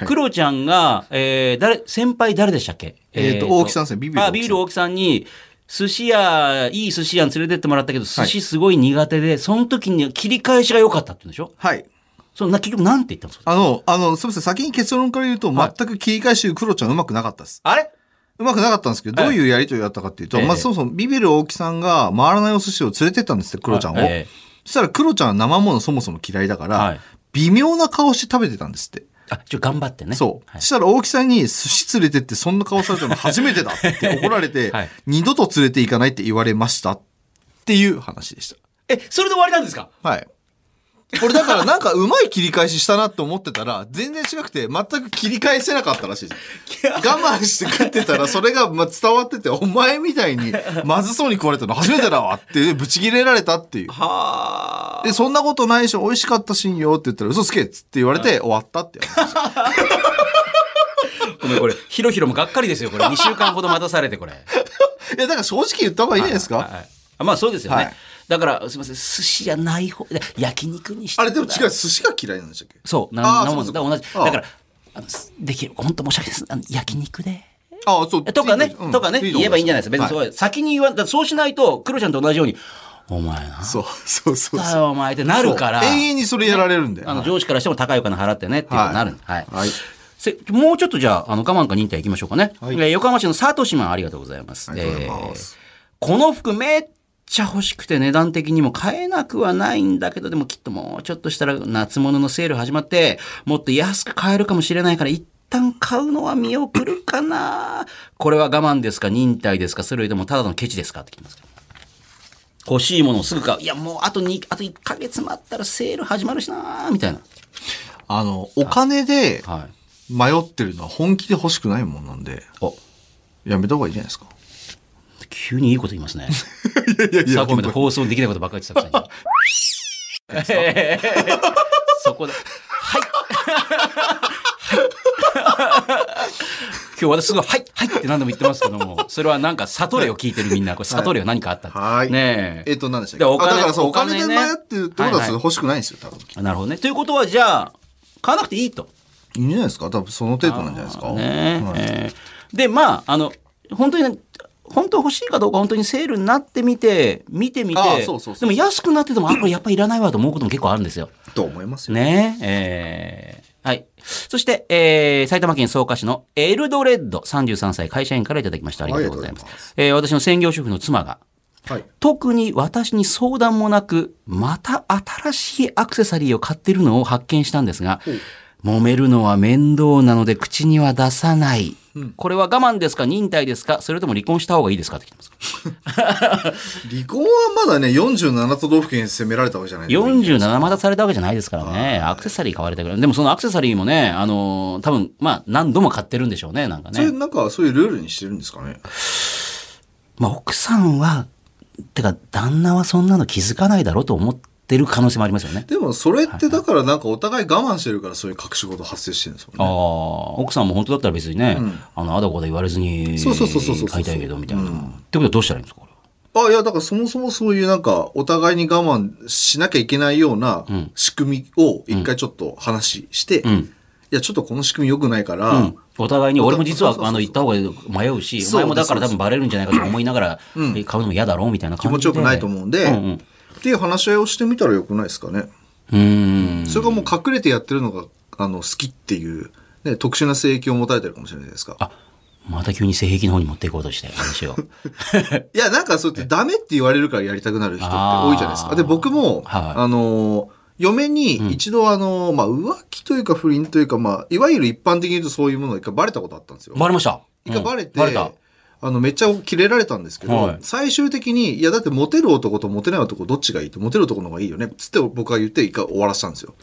[SPEAKER 1] クロちゃんが、えー誰、先輩誰でしたっけ
[SPEAKER 2] えーと大木さんですねビビる大木さ
[SPEAKER 1] あビ
[SPEAKER 2] ん
[SPEAKER 1] ビる大木さんに、寿司屋、いい寿司屋に連れてってもらったけど、寿司すごい苦手で、その時に切り返しが良かったって言うんでしょ
[SPEAKER 2] た。はい。
[SPEAKER 1] そのな結局なんて言ったんですか
[SPEAKER 2] あの、あの、すみません、先に結論から言うと、
[SPEAKER 1] はい
[SPEAKER 2] 全く切り返し、クロちゃんうまくなかったです。
[SPEAKER 1] あれ
[SPEAKER 2] うまくなかったんですけど、どういうやりとりだったかっていうと、
[SPEAKER 1] ええ
[SPEAKER 2] まずそもそもビビる大木さんが回らないお寿司を連れてったんですって、クロちゃんを。
[SPEAKER 1] えー
[SPEAKER 2] そしたらクロちゃんは生ものそもそも嫌いだから、
[SPEAKER 1] はい
[SPEAKER 2] 微妙な顔して食べてたんですって。
[SPEAKER 1] あ、ちょ、頑張ってね。
[SPEAKER 2] そう。
[SPEAKER 1] はい
[SPEAKER 2] そしたら大木さんに寿司連れてってそんな顔されたの初めてだって怒られて、
[SPEAKER 1] はい
[SPEAKER 2] 二度と連れて行かないって言われましたっていう話でし
[SPEAKER 1] え、それで終わりなんですか
[SPEAKER 2] た。はい。これだからなんかうまい切り返ししたなって思ってたら、全然違くて全く切り返せなかったらしいです。我慢して食ってたらそれがまあ伝わってて、お前みたいにまずそうに食われたの初めてだわってブチ切れられたっていう。
[SPEAKER 1] はあ。
[SPEAKER 2] で、そんなことないし、美味しかったしんよって言ったら、嘘つけっつって言われて終わったってやつ。
[SPEAKER 1] ごめん、これ、ひろひろもがっかりですよ、これ。2週間ほど待たされて、これ。
[SPEAKER 2] いや、だから正直言った方がいいじゃないです
[SPEAKER 1] はい
[SPEAKER 2] か。
[SPEAKER 1] はいあまあ、そうですよね。
[SPEAKER 2] はい
[SPEAKER 1] だから、すみません、寿司じゃない方、いや焼肉にして
[SPEAKER 2] あれ、でも違う、寿司が嫌いなんでしたっけ
[SPEAKER 1] そう、
[SPEAKER 2] あ
[SPEAKER 1] な
[SPEAKER 2] ー
[SPEAKER 1] なもん
[SPEAKER 2] そ
[SPEAKER 1] だ
[SPEAKER 2] う
[SPEAKER 1] から同じ。
[SPEAKER 2] そうあー
[SPEAKER 1] だから、あのすできる、本当申し訳ないです。あの焼肉で。
[SPEAKER 2] ああ、そう。
[SPEAKER 1] とかね、
[SPEAKER 2] うん
[SPEAKER 1] とかね、
[SPEAKER 2] と思
[SPEAKER 1] 言えばいいんじゃないですか。別に
[SPEAKER 2] は
[SPEAKER 1] そう、先に言わん、だからそうしないと、クロちゃんと同じように、お前な。
[SPEAKER 2] そうそうそう
[SPEAKER 1] だ
[SPEAKER 2] そう
[SPEAKER 1] よ、お前ってなるから。
[SPEAKER 2] そう永遠にそれやられるんで、
[SPEAKER 1] あの、
[SPEAKER 2] はい
[SPEAKER 1] 上司からしても高いお金払ってねっていうことになるんで。はい。
[SPEAKER 2] はい
[SPEAKER 1] せもうちょっとじゃあ、あの、我慢か忍耐行きましょうかね。
[SPEAKER 2] はい
[SPEAKER 1] えー横浜市の佐藤島ありがとうございます。
[SPEAKER 2] ありがとうございま
[SPEAKER 1] え
[SPEAKER 2] す
[SPEAKER 1] ーこの服めっちゃ欲しくて値段的にも買えなくはないんだけど、でもきっともうちょっとしたら夏物のセール始まって、もっと安く買えるかもしれないから、一旦買うのは見送るかな。これは我慢ですか忍耐ですかそれともただのケチですかって聞きますけど。欲しいものをすぐ買う。いや、もうあとにあと1ヶ月待ったらセール始まるしなみたいな。
[SPEAKER 2] あのお金で
[SPEAKER 1] はい。
[SPEAKER 2] 迷ってるのは本気で欲しくないもんなんで
[SPEAKER 1] お
[SPEAKER 2] やめた方がいいじゃないですか
[SPEAKER 1] 急にいいこと言いますね。
[SPEAKER 2] いやいやい
[SPEAKER 1] さっきま
[SPEAKER 2] 本
[SPEAKER 1] で
[SPEAKER 2] 当に
[SPEAKER 1] 放送できないことばっかり言ってたくせにえー そこで。はい。今日私すごい、はい、はいって何度も言ってますけども、それはなんか悟れを聞いてるみんな、これ悟れは何かあったって
[SPEAKER 2] はい
[SPEAKER 1] ね
[SPEAKER 2] え
[SPEAKER 1] え。
[SPEAKER 2] っと何でしたっ
[SPEAKER 1] で
[SPEAKER 2] け
[SPEAKER 1] お金
[SPEAKER 2] あだからそう
[SPEAKER 1] お
[SPEAKER 2] お
[SPEAKER 1] 金
[SPEAKER 2] 金
[SPEAKER 1] ね
[SPEAKER 2] で迷ってるってこと
[SPEAKER 1] は
[SPEAKER 2] はい
[SPEAKER 1] はい
[SPEAKER 2] 欲しくないんですよ多分
[SPEAKER 1] なるほどね。ということは、じゃあ、買わなくていいと。
[SPEAKER 2] いいんじゃないですか多分その程度なんじゃないですか
[SPEAKER 1] ね
[SPEAKER 2] はい
[SPEAKER 1] えーで、まあ、あの、本当にね、本当欲しいかどうか本当にセールになってみて、見てみて
[SPEAKER 2] あそうそうそう、
[SPEAKER 1] でも安くなってても、あ、これやっぱりいらないわと思うことも結構あるんですよ。
[SPEAKER 2] と思いますよ
[SPEAKER 1] ねえーはい。そして、えー埼玉県草加市のエルドレッド、33歳、会社員からいただきました。ありがとうございます。
[SPEAKER 2] ありがとうございま
[SPEAKER 1] えー私の専業主婦の妻が、
[SPEAKER 2] はい
[SPEAKER 1] 特に私に相談もなく、また新しいアクセサリーを買ってるのを発見したんですが、揉めるのは面倒なので口には出さない。これは我慢ですか忍耐ですかそれとも離婚した方がいいですかって聞いてます。
[SPEAKER 2] 離婚はまだね47都道府県攻められたわけじゃない
[SPEAKER 1] 47またされたわけじゃないですからね。アクセサリー買われたから。でもそのアクセサリーもね、あのー多分、まあ何度も買ってるんでしょうね、なんか
[SPEAKER 2] それ
[SPEAKER 1] ね。
[SPEAKER 2] なんかそういうルールにしてるんですかね
[SPEAKER 1] まあ奥さんは、てか旦那はそんなの気づかないだろうと思ってる可能性もありますよね。
[SPEAKER 2] でもそれってだからなんかお互い我慢してるからそういう隠し事発生してるんですも
[SPEAKER 1] あ
[SPEAKER 2] んね
[SPEAKER 1] あ奥さんも本当だったら別にね、あのあだこうだ言われずに
[SPEAKER 2] そうそうそうそうそう
[SPEAKER 1] 買いたいけどみたいな、ってことはどうしたらいいんですかこれ
[SPEAKER 2] あいやだからそもそもそういうなんかお互いに我慢しなきゃいけないような仕組みを一回ちょっと話して、
[SPEAKER 1] ん
[SPEAKER 2] いやちょっとこの仕組み良くないから、
[SPEAKER 1] は、お互いに俺も実は
[SPEAKER 2] そうそうそうそう
[SPEAKER 1] あの言った方が迷うしお前もだから多分バレるんじゃないかと思いながら、え買うのも嫌だろうみたいな
[SPEAKER 2] 気
[SPEAKER 1] 感じ
[SPEAKER 2] 持
[SPEAKER 1] で
[SPEAKER 2] ちよくないと思うんで、
[SPEAKER 1] うんうん
[SPEAKER 2] っていう話し合いをしてみたら良くないですかね、
[SPEAKER 1] うーん
[SPEAKER 2] それがもう隠れてやってるのがあの好きっていう、ね、特殊な性癖を持たれてるかもしれないじゃないですか
[SPEAKER 1] あまた急に性癖の方に持っていこうとして話 を
[SPEAKER 2] いや、なんかそうやってダメって言われるからやりたくなる人って多いじゃないです
[SPEAKER 1] あー
[SPEAKER 2] か。で、僕も、
[SPEAKER 1] はい
[SPEAKER 2] あのー、嫁に一度あのー、まあ、浮気というか不倫というか、まあ、いわゆる一般的に言うとそういうものが一回バレたことあったんですよ。
[SPEAKER 1] バレました
[SPEAKER 2] 一回バレ
[SPEAKER 1] うん
[SPEAKER 2] て、
[SPEAKER 1] バレた
[SPEAKER 2] あの、めっちゃキレられたんですけど、
[SPEAKER 1] はい
[SPEAKER 2] 最終的に、いや、だってモテる男とモテない男どっちがいいと、モテる男の方がいいよね、つって僕が言って一回終わらせたんですよ。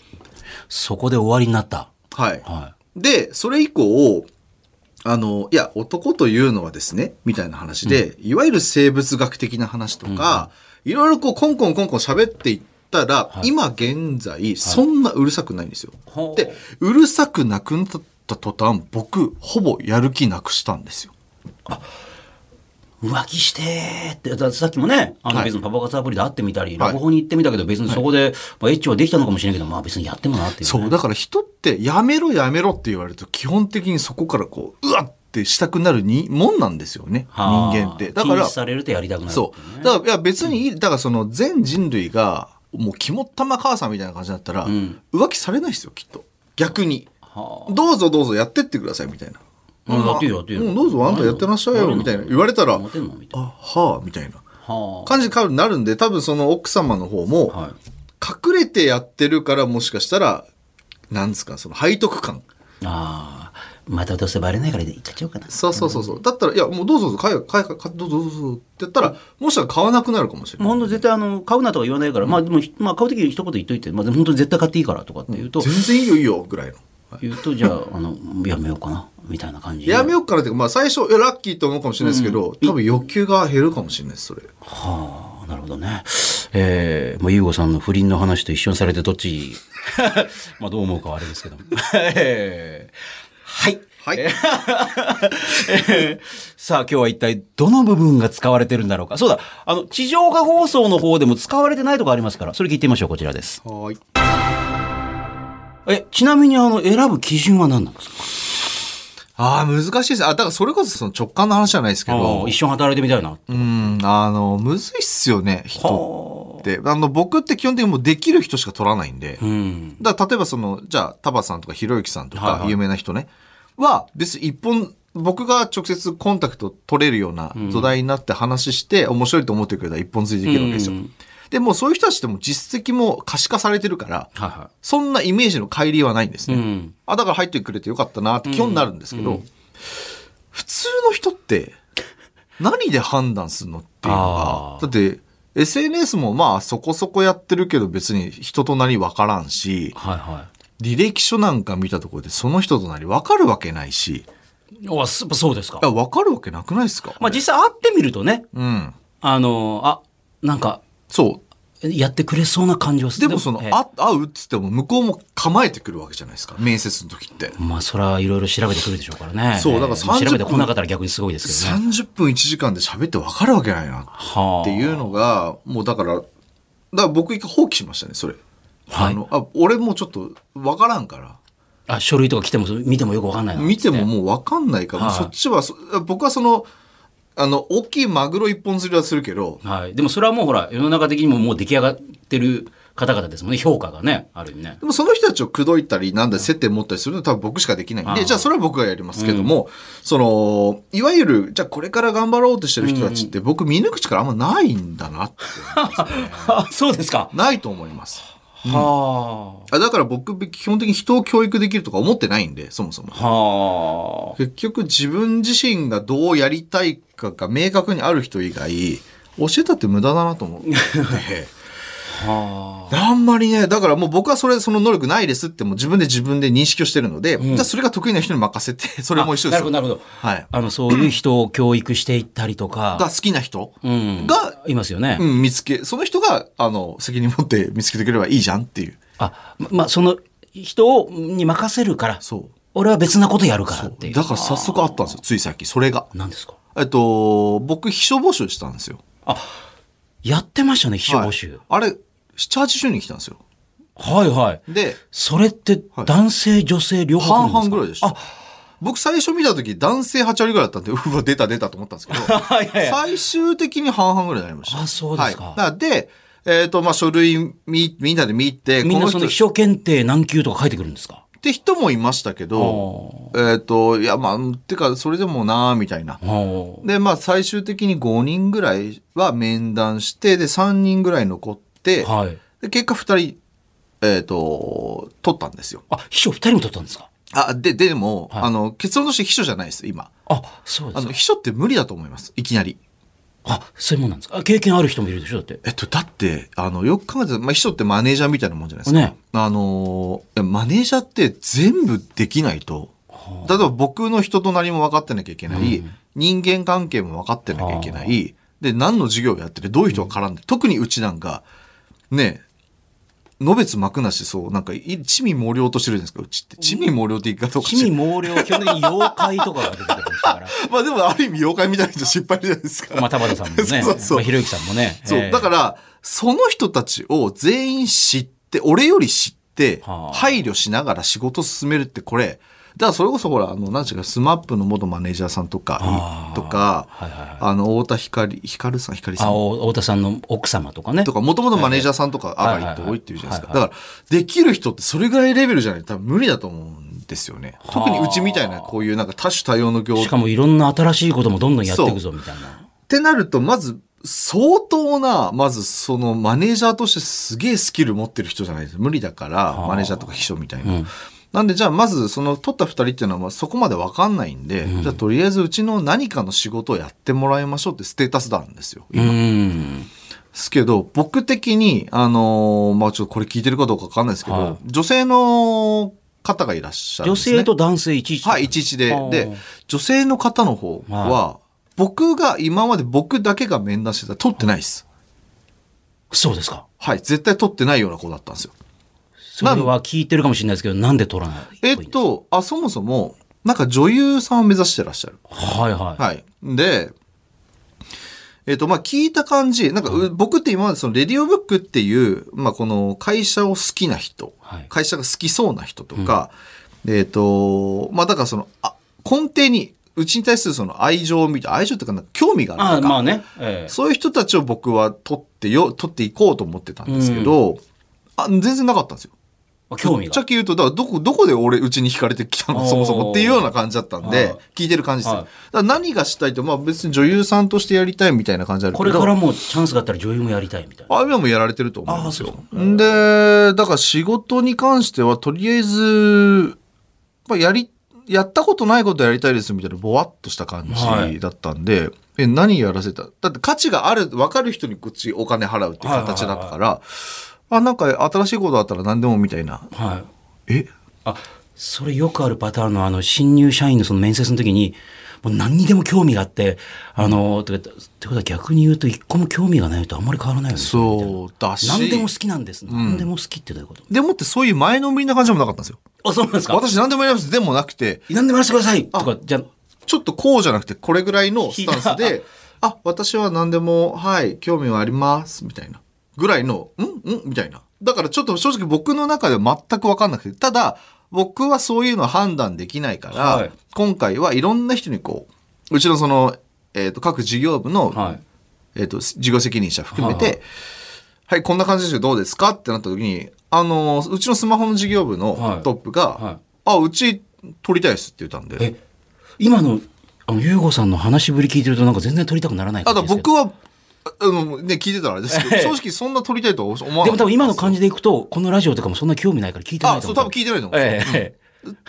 [SPEAKER 1] そこで終わりになった
[SPEAKER 2] はい。
[SPEAKER 1] は
[SPEAKER 2] で、それ以降、あの、いや、男というのはですね、みたいな話で、いわゆる生物学的な話とか、いろいろこう、コンコンコンコン喋っていったら、今現在、そんなうるさくないんですよ。
[SPEAKER 1] ほう
[SPEAKER 2] で、うるさくなくなった途端、僕、ほぼやる気なくしたんですよ。
[SPEAKER 1] い浮気してーってだってさっきもねあの
[SPEAKER 2] はい
[SPEAKER 1] 別にパパ活アプリで会ってみたり、
[SPEAKER 2] はい
[SPEAKER 1] 落語に行ってみたけど別にそこで、まあ、エッチはできたのかもしれないけどまあ別にやってもなっていう、ね、
[SPEAKER 2] そう、だから人って、やめろやめろって言われると、基本的にそこからこう、うわってしたくなるに、もんなんですよね、人
[SPEAKER 1] はあ
[SPEAKER 2] 間って。だから
[SPEAKER 1] 禁止、されるとやりたくなるっていね、
[SPEAKER 2] そう。だから、いや別にいい、だからその全人類が、もう肝っ玉母さんみたいな感じだったら、
[SPEAKER 1] ん
[SPEAKER 2] 浮気されないですよ、きっと。逆に。
[SPEAKER 1] は
[SPEAKER 2] どうぞどうぞやってってください、みたいな。
[SPEAKER 1] あうんやってよやってよ
[SPEAKER 2] うんどうぞあんたやってらっしゃい
[SPEAKER 1] 何
[SPEAKER 2] よ、
[SPEAKER 1] の
[SPEAKER 2] みたいな。言われたら、あ、
[SPEAKER 1] モテんのみたい
[SPEAKER 2] はあ、みたいな
[SPEAKER 1] な。は
[SPEAKER 2] 感じになるんで、多分その奥様の方も、
[SPEAKER 1] あ。はい。
[SPEAKER 2] 隠れてやってるから、もしかしたら、なんですか、その背徳感。
[SPEAKER 1] ああ。またどうせバレないから行っちゃおうかな。
[SPEAKER 2] そうそうそうそう。だったら、いや、もうどうぞどうぞ、買えよ、買え、買え、どうぞどうぞどうぞって言ったら、もしかしたら買わなくなるかもしれない。
[SPEAKER 1] もう本当絶対あの、買うなとか言わないから、まあでもひ、まあ買うときに一言言っといて、まあでも本当に絶対買っていいからとかって言うと、
[SPEAKER 2] 全然いいよいいよ、ぐらいの。
[SPEAKER 1] 言うと、じゃあ、あの、やめようかな、みたいな感じで。
[SPEAKER 2] やめようかなっていうか、まあ最初、いやラッキーと思うかもしれないですけど、多分欲求が減るかもしれないです、それ。
[SPEAKER 1] はあ、なるほどね。えー、まあ、ゆうごさんの不倫の話と一緒にされてどっち、 まあ、どう思うかはあれですけども。 えーはい。
[SPEAKER 2] はい
[SPEAKER 1] えーえー さあ、今日は一体どの部分が使われてるんだろうか。そうだ、あの、地上波放送の方でも使われてないとこありますから、それ聞いてみましょう、こちらです。
[SPEAKER 2] はい。
[SPEAKER 1] え、ちなみに、あの、選ぶ基準は何なんですか
[SPEAKER 2] ああ、難しいです。あ、だからそれこそその直感の話じゃないですけ
[SPEAKER 1] あ
[SPEAKER 2] ど
[SPEAKER 1] ー、一緒に働いてみたいな。
[SPEAKER 2] うん、あの、むずいっすよね、人。
[SPEAKER 1] は
[SPEAKER 2] て、あの、僕って基本的にもうできる人しか取らないんで、
[SPEAKER 1] うん。
[SPEAKER 2] だから例えばその、じゃあ、タバさんとかひろゆきさんと
[SPEAKER 1] はい
[SPEAKER 2] か
[SPEAKER 1] はい
[SPEAKER 2] 有名な人ね、は別に一本、僕が直接コンタクト取れるような土台になって話して、面白いと思ってくれたら一本釣りできるわけですよ。
[SPEAKER 1] うん
[SPEAKER 2] でもうそういう人たちってもう実績も可視化されてるから、
[SPEAKER 1] はいは
[SPEAKER 2] そんなイメージの乖離はないんです
[SPEAKER 1] い。
[SPEAKER 2] ね。
[SPEAKER 1] うん。
[SPEAKER 2] あ、だから入ってくれてよかったなって基本になるんですけど、普通の人って何で判断するのっていうの
[SPEAKER 1] あ
[SPEAKER 2] が
[SPEAKER 1] ー、
[SPEAKER 2] だって SNS もまあそこそこやってるけど別に人となりわからんし、
[SPEAKER 1] はいは
[SPEAKER 2] 履歴書なんか見たところでその人となりわかるわけないし、い
[SPEAKER 1] い。おすそうですか
[SPEAKER 2] や、。わかるわけなくないですか
[SPEAKER 1] まあ実際会ってみるとね、
[SPEAKER 2] うん。
[SPEAKER 1] あの、あ、なんか、
[SPEAKER 2] そう。
[SPEAKER 1] やってくれそうな感じはす
[SPEAKER 2] で
[SPEAKER 1] る。
[SPEAKER 2] もその、
[SPEAKER 1] ええ
[SPEAKER 2] あ会うっつっても向こうも構えてくるわけじゃないですか。面接の時って。
[SPEAKER 1] まあそれはいろいろ調べてくるでしょうからね。
[SPEAKER 2] そうだから
[SPEAKER 1] ええまあ
[SPEAKER 2] 30
[SPEAKER 1] 調べてこなかったら逆にすごいですけどね。
[SPEAKER 2] 30分1時間で喋ってわかるわけないなっ
[SPEAKER 1] はあ。
[SPEAKER 2] ていうのが、もうだから、だから僕一回放棄しましたね、それ。
[SPEAKER 1] はい
[SPEAKER 2] あのあ俺もちょっとわからんから。
[SPEAKER 1] あ、書類とか来ても見てもよくわかんないな。
[SPEAKER 2] 見てももう分かんないから、
[SPEAKER 1] はい
[SPEAKER 2] そっちはそ僕はそのあの大きいマグロ一本釣りはするけど
[SPEAKER 1] はい。でもそれはもうほら、世の中的にももう出来上がってる方々ですもんね。評価がね、ある意味ね。
[SPEAKER 2] でもその人たちを口説いたりなんだり接点持ったりするのは多分僕しかできないん
[SPEAKER 1] は
[SPEAKER 2] で
[SPEAKER 1] い
[SPEAKER 2] じゃあそれは僕がやりますけども、そのいわゆるじゃあこれから頑張ろうとしてる人たちって僕見抜く力あんまないんだなって思いますね
[SPEAKER 1] あ、そうですか。
[SPEAKER 2] ないと思います
[SPEAKER 1] は
[SPEAKER 2] あだから僕基本的に人を教育できるとか思ってないんでそもそも
[SPEAKER 1] あ。は
[SPEAKER 2] 結局自分自身がどうやりたいかが明確にある人以外教えたって無駄だな と思って。
[SPEAKER 1] あ。は
[SPEAKER 2] あんまりね、だからもう僕はそれ、その能力ないですってもう自分で自分で認識をしてるので、じゃあそれが得意な人に任せて、 そ
[SPEAKER 1] あ。
[SPEAKER 2] れも一緒ですよ。
[SPEAKER 1] なるほど、なるほど。
[SPEAKER 2] はい。
[SPEAKER 1] あの、そういう人を教育していったりとか。
[SPEAKER 2] が好きな人
[SPEAKER 1] うん。
[SPEAKER 2] が、
[SPEAKER 1] いますよね。
[SPEAKER 2] うん、見つけ、その人が、あの、責任持って見つけてくればいいじゃんっていう。
[SPEAKER 1] あ、ままあ、その人をに任せるから。
[SPEAKER 2] そ。
[SPEAKER 1] 俺は別なことやるからっていうう。
[SPEAKER 2] だから早速あったんですよ、ついさっき、それが。
[SPEAKER 1] 何ですか
[SPEAKER 2] えっと、僕、秘書募集したんですよ。
[SPEAKER 1] やってましたね、秘書募
[SPEAKER 2] はい
[SPEAKER 1] 集。
[SPEAKER 2] あれ、7、80人来たんですよ。
[SPEAKER 1] はい、はい、
[SPEAKER 2] で、
[SPEAKER 1] それって
[SPEAKER 2] はい
[SPEAKER 1] 男性、女性両方来る
[SPEAKER 2] 半
[SPEAKER 1] んですか
[SPEAKER 2] 々ぐらいでした。僕最初見た時男性8割ぐらいだったんで、 うわ、出た出たと思ったんですけど、
[SPEAKER 1] はいはい
[SPEAKER 2] 最終的に半々ぐらいになりました。
[SPEAKER 1] あそうですか
[SPEAKER 2] はい、だらで、えっ、と、まあ、書類み、みんなで見て、
[SPEAKER 1] みんな
[SPEAKER 2] こ
[SPEAKER 1] そ
[SPEAKER 2] の
[SPEAKER 1] の
[SPEAKER 2] 人
[SPEAKER 1] 秘書検定何級とか書いてくるんですか
[SPEAKER 2] って人もいましたけど、えっ、と、いや、まあ、てか、それでもなーみたいな。
[SPEAKER 1] お
[SPEAKER 2] で、まあ、最終的に5人ぐらいは面談して、で、3人ぐらい残って、
[SPEAKER 1] はい。
[SPEAKER 2] で結果2人、えっ、と、取ったんですよ。
[SPEAKER 1] あ、秘書二人も取ったんですか
[SPEAKER 2] あ、で、でも、
[SPEAKER 1] はい
[SPEAKER 2] あの、結論として秘書じゃないです、今。
[SPEAKER 1] あ、そうで
[SPEAKER 2] あ
[SPEAKER 1] す
[SPEAKER 2] の、
[SPEAKER 1] か。
[SPEAKER 2] 秘書って無理だと思います。いきなり。
[SPEAKER 1] あ、そういうもんなんですかあ経験ある人もいるでしょだって。
[SPEAKER 2] えっと、だって、あの、よく考えてたら、まあ、秘書ってマネージャーみたいなもんじゃないですか。
[SPEAKER 1] ね
[SPEAKER 2] あのー、いやマネージャーって全部できないと、例えば僕の人となりも分かってなきゃいけない、人間関係も分かってなきゃいけない、で、何の事業をやってて、どういう人が絡んで、特にうちなんか、ね、のべつ幕なし、そう、なんか、い地味猛量としてるじゃないですか、うちって。地味猛量って言い方おかしい。
[SPEAKER 1] 地味猛量、基本的に妖怪とかが出てくるんですから。
[SPEAKER 2] まあでも、ある意味、妖怪みたいな人失敗じゃないですか。
[SPEAKER 1] まあ、田畑さんもね。
[SPEAKER 2] そうそうそう
[SPEAKER 1] まあひろゆきさんもね。
[SPEAKER 2] そう、
[SPEAKER 1] えー
[SPEAKER 2] だから、その人たちを全員知って、俺より知って、
[SPEAKER 1] はあ
[SPEAKER 2] 配慮しながら仕事進めるってこれ、だからそれこそほら、あの、なんちゅうか、スマップの元マネージャーさんと
[SPEAKER 1] あ
[SPEAKER 2] か
[SPEAKER 1] あ、
[SPEAKER 2] とか、
[SPEAKER 1] はいはいはい
[SPEAKER 2] あの、太田光、光さん、光さ
[SPEAKER 1] あ、
[SPEAKER 2] ん
[SPEAKER 1] お太田さんの奥様とかね。
[SPEAKER 2] とか、もともとマネージャーさんとか上がりって多いっていうじゃないですか。だから、できる人ってそれぐらいレベルじゃないと多分無理だと思うんですよね。特にうちみたいな、こういうなんか多種多様の業
[SPEAKER 1] しかもいろんな新しいこともどんどんやっていくぞみたいな。
[SPEAKER 2] ってなると、まず、相当な、まずそのマネージャーとしてすげえスキル持ってる人じゃないと無理だから、マネージャーとか秘書みたいな。なんで、じゃあまずその取った二人っていうのはまあそこまでわかんないんで、じゃあとりあえずうちの何かの仕事をやってもらいましょうってステータスなんですよ。
[SPEAKER 1] う
[SPEAKER 2] 今
[SPEAKER 1] ん。
[SPEAKER 2] ですけど、僕的に、あのーまあちょっとこれ聞いてるかどうかわかんないですけど、
[SPEAKER 1] は
[SPEAKER 2] 女性の方がいらっしゃるん
[SPEAKER 1] 女
[SPEAKER 2] ですね。
[SPEAKER 1] 性と男性いちいち。
[SPEAKER 2] はい、11で
[SPEAKER 1] あー。
[SPEAKER 2] で、女性の方の方は、僕が今まで僕だけが面談してたら取ってないです。
[SPEAKER 1] そうですか。
[SPEAKER 2] はい、絶対取ってないような子だったんですよ。
[SPEAKER 1] それは聞いてるかもしれないですけど、なんで取らない
[SPEAKER 2] えっと、あ、そもそも、なんか女優さんを目指してらっしゃる。
[SPEAKER 1] はいはい。
[SPEAKER 2] はい。で、えっと、まあ、聞いた感じ、なんか、う僕って今までその、レディオブックっていう、まあ、この会社を好きな人、
[SPEAKER 1] はい
[SPEAKER 2] 会社が好きそうな人とか、えっと、まあ、だからその、あ、根底にうちに対するその愛情みたいな、愛情っていうかなんか興味がある
[SPEAKER 1] あ
[SPEAKER 2] とか
[SPEAKER 1] まあね。ええ
[SPEAKER 2] そういう人たちを僕は取ってよ、取っていこうと思ってたんですけど、あ全然なかったんですよ。
[SPEAKER 1] まあ興味
[SPEAKER 2] ぶっち
[SPEAKER 1] が
[SPEAKER 2] ゃ。け言うと、だからどこ、どこで俺、うちに惹かれてきた
[SPEAKER 1] お
[SPEAKER 2] の、
[SPEAKER 1] ー
[SPEAKER 2] そもそもっていうような感じだったん
[SPEAKER 1] はい
[SPEAKER 2] で、聞いてる感じですよ。
[SPEAKER 1] はい
[SPEAKER 2] だから何がしたいって、まあ別に女優さんとしてやりたいみたいな感じあるけ
[SPEAKER 1] こ
[SPEAKER 2] ど、
[SPEAKER 1] れからもチャンスがあったら女優もやりたいみたいな。
[SPEAKER 2] あ今もやられてると思うんです
[SPEAKER 1] あ
[SPEAKER 2] よ
[SPEAKER 1] そ。
[SPEAKER 2] で、だから仕事に関しては、とりあえず、まあ、やり、やったことないことやりたいですみたいな、ぼわっとした感
[SPEAKER 1] はい
[SPEAKER 2] じだったんで、え、何やらせただって価値がある、わかる人にこっちお金払うっていう形だ
[SPEAKER 1] はい
[SPEAKER 2] か
[SPEAKER 1] は
[SPEAKER 2] ら、あ、なんか新しいことあったら何でもみたいな。
[SPEAKER 1] はい。
[SPEAKER 2] え
[SPEAKER 1] あ、それよくあるパターンの、あの、新入社員のその面接の時に、もう何にでも興味があって、あの、とかってことは逆に言うと、一個も興味がないとあんまり変わらないよね。
[SPEAKER 2] そうだし。
[SPEAKER 1] 何でも好きなんです。何でも好きってどういうこと
[SPEAKER 2] でもってそういう前のめりな感じもなかったんですよ。
[SPEAKER 1] あ、そうなんですか
[SPEAKER 2] 私何でもやりますでもなくて、
[SPEAKER 1] 何でもやらせてくださいとか、じゃ
[SPEAKER 2] ちょっとこうじゃなくてこれぐらいのスタンスで、あ、私は何でも、はい、興味はあります、みたいな。ぐらいの、んんみたいな。だからちょっと正直僕の中では全くわかんなくて、ただ、僕はそういうのは判断できないから、
[SPEAKER 1] はい
[SPEAKER 2] 今回はいろんな人にこう、うちのその、えっ、と、各事業部の、
[SPEAKER 1] あ、はい。
[SPEAKER 2] えっ、と、事業責任者含めて、
[SPEAKER 1] は
[SPEAKER 2] はいい、こんな感じですけどどうですかってなった時に、あの、うちのスマホの事業部
[SPEAKER 1] は
[SPEAKER 2] の
[SPEAKER 1] い
[SPEAKER 2] トップが、
[SPEAKER 1] はい
[SPEAKER 2] あ、うち取りたいですって言ったんで、
[SPEAKER 1] え、今の、あの、ゆうごさんの話しぶり聞いてるとなんか全然撮りたくならない
[SPEAKER 2] あ
[SPEAKER 1] 感じ
[SPEAKER 2] と
[SPEAKER 1] ですけど
[SPEAKER 2] 僕は、ああの、ね、聞いてたらあれですけど、
[SPEAKER 1] ええ
[SPEAKER 2] 正直そんな取りたいとは思わなかった
[SPEAKER 1] でも多分今の感じでいくと、このラジオとかもそんな興味ないから聞いてない
[SPEAKER 2] あ、
[SPEAKER 1] と
[SPEAKER 2] そ
[SPEAKER 1] 思う。
[SPEAKER 2] う、多分聞いてないと思う。
[SPEAKER 1] ええええ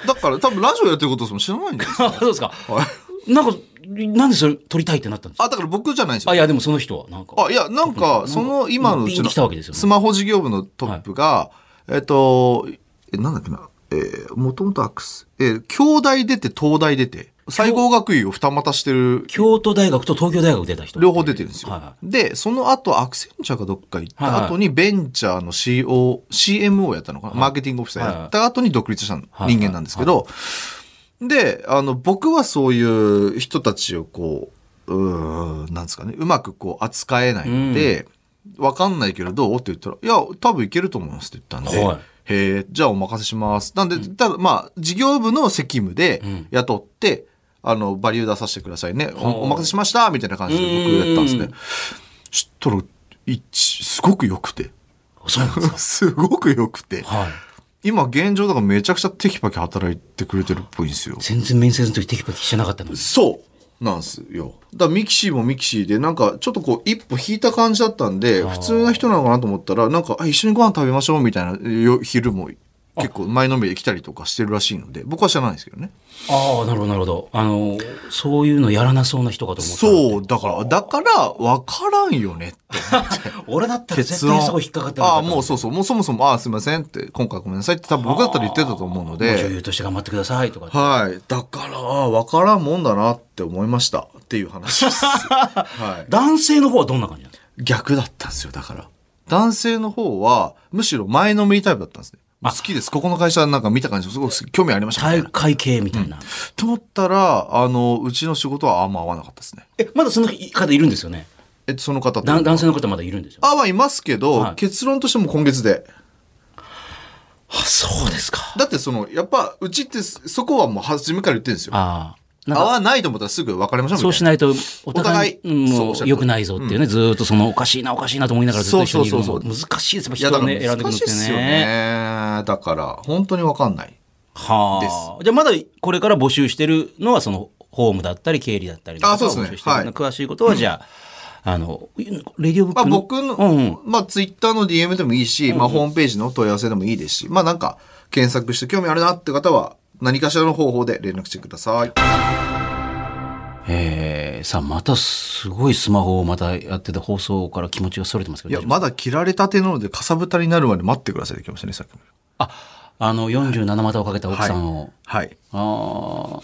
[SPEAKER 2] だから多分ラジオやってることも知らないんだよ。
[SPEAKER 1] あそうですか。
[SPEAKER 2] はい
[SPEAKER 1] なんか、なんでそれ撮りたいってなったんですか
[SPEAKER 2] あ、だから僕じゃないんですよ
[SPEAKER 1] あ、い。や、でもその人は、なんか。
[SPEAKER 2] あ、いや、なん
[SPEAKER 1] なんか
[SPEAKER 2] か、その今のう
[SPEAKER 1] ピン
[SPEAKER 2] ち
[SPEAKER 1] と
[SPEAKER 2] の
[SPEAKER 1] きたわけですよね
[SPEAKER 2] スマホ事業部のトップが、えっと、えなんだっけな、えー、もともとアクス、えー、京大出て東大出て、最高学位を二股してる、
[SPEAKER 1] 京都大学と東京大学出た人。
[SPEAKER 2] 両方出てるんですよ。
[SPEAKER 1] はいは
[SPEAKER 2] で、その後、アクセンチャーかどっか行っ
[SPEAKER 1] はいはい
[SPEAKER 2] た後に、ベンチャーの CO、CMO やったのかな、マーケティングオフィサーやった後に独立した人
[SPEAKER 1] はい
[SPEAKER 2] 間なんですけど、で、あの、僕はそういう人たちをこう、うーん、なんですかね、うまくこう扱えないので、わかんないけどどうって言ったら、いや、多分いけると思いますって言ったんで、
[SPEAKER 1] はい
[SPEAKER 2] へえ、じゃあお任せします。なんで、ただまあ、事業部の責務で
[SPEAKER 1] ん
[SPEAKER 2] 雇って、あの、バリュー出させてくださいね。
[SPEAKER 1] はあ
[SPEAKER 2] おお任せしましたみたいな感じで僕やったんです
[SPEAKER 1] う
[SPEAKER 2] ね
[SPEAKER 1] ん。
[SPEAKER 2] 知ったら、一すごく良くて。
[SPEAKER 1] そうなんですか。
[SPEAKER 2] すごく良くて。
[SPEAKER 1] はい。
[SPEAKER 2] 今現状だからめちゃくちゃテキパキ働いてくれてるっぽいんですよ。
[SPEAKER 1] 全然面接の時テキパキしてなかったのに。
[SPEAKER 2] そうなんですよ。だからミキシーもミキシーで、なんかちょっとこう一歩引いた感じだったんで、
[SPEAKER 1] ー
[SPEAKER 2] 普通な人なのかなと思ったら、なんかあ一緒にご飯食べましょうみたいなよ昼も結構前のめりで来たりとかしてるらしいので、僕は知らないですけどね。
[SPEAKER 1] ああ、なるほど、なるほど。あの、そういうのやらなそうな人かと思った。
[SPEAKER 2] そう、だから、だから分からんよねって。
[SPEAKER 1] 俺だったら絶対そこ引っかかってな
[SPEAKER 2] あ
[SPEAKER 1] か
[SPEAKER 2] あ、
[SPEAKER 1] ったと思
[SPEAKER 2] もうそうそう。もうそもそも、ああ、すいませんって、今回ごめんなさいって多分僕だったら言ってたと思うの
[SPEAKER 1] 女
[SPEAKER 2] で。
[SPEAKER 1] 優として頑張ってくださいとか。
[SPEAKER 2] はい。だから、ああ、分からんもんだなって思いました。っていう 話です。は
[SPEAKER 1] 男性の方はどんな感じなんですか
[SPEAKER 2] い。逆だったんですよ、だから。男性の方は、むしろ前のめりタイプだったんですね。好きです。ここの会社なんか見た感じ、すごく興味ありましたみたい
[SPEAKER 1] 体
[SPEAKER 2] な。
[SPEAKER 1] 会系みたいな。
[SPEAKER 2] と思ったら、あの、うちの仕事はあんま合わなかったですね。
[SPEAKER 1] え、まだその方いるんですよね。
[SPEAKER 2] えっと、その方と。
[SPEAKER 1] だ男性の方まだいるんですよ。
[SPEAKER 2] あはいますけど、
[SPEAKER 1] はい
[SPEAKER 2] 結論としても今月で。
[SPEAKER 1] あ、そうですか。
[SPEAKER 2] だってその、やっぱ、うちってそそこはもう初めから言ってるんですよ。
[SPEAKER 1] ああ。なん
[SPEAKER 2] 合
[SPEAKER 1] か、
[SPEAKER 2] わないと思ったらすぐ別れましょうみたいな。
[SPEAKER 1] そうしないと、お互い、
[SPEAKER 2] お互い
[SPEAKER 1] うん
[SPEAKER 2] そう
[SPEAKER 1] も
[SPEAKER 2] おっし
[SPEAKER 1] う
[SPEAKER 2] ゃる通り
[SPEAKER 1] 良くないぞっていうね、ずーっとその、おかしいな、おかしいなと思いながらずっと一緒にいるの
[SPEAKER 2] そ
[SPEAKER 1] も
[SPEAKER 2] うそうそう
[SPEAKER 1] 難しいですよ、
[SPEAKER 2] いや、
[SPEAKER 1] 人
[SPEAKER 2] だ
[SPEAKER 1] を
[SPEAKER 2] から
[SPEAKER 1] ね、選んでいく
[SPEAKER 2] 難
[SPEAKER 1] のっ
[SPEAKER 2] しい
[SPEAKER 1] て
[SPEAKER 2] ですよ
[SPEAKER 1] ね。
[SPEAKER 2] ね。だから、本当にわかんない。
[SPEAKER 1] はあ。じゃあまだこれから募集してるのはそのホームだったり経理だったりとか
[SPEAKER 2] あそうですね
[SPEAKER 1] 募集してる
[SPEAKER 2] はい
[SPEAKER 1] 詳しいことはじゃあ、あのレディオブッ
[SPEAKER 2] まあ
[SPEAKER 1] クの、
[SPEAKER 2] 僕の、
[SPEAKER 1] うんうん
[SPEAKER 2] まあツイッターの DM でもいいし、まあホームページの問い合わせでもいいですし、まあなんか検索して興味あるなって方は、何かしらの方法で連絡してください。
[SPEAKER 1] えー、さあまたすごいスマホをまたやってて放送から気持ちがそれてますけ
[SPEAKER 2] い
[SPEAKER 1] ど
[SPEAKER 2] や、
[SPEAKER 1] 大丈夫
[SPEAKER 2] まだ切られたてなので、かさぶたになるまで待ってくださいできましたね、さっきも。
[SPEAKER 1] ああの47股をかけた奥さんを、
[SPEAKER 2] はい。
[SPEAKER 1] ああ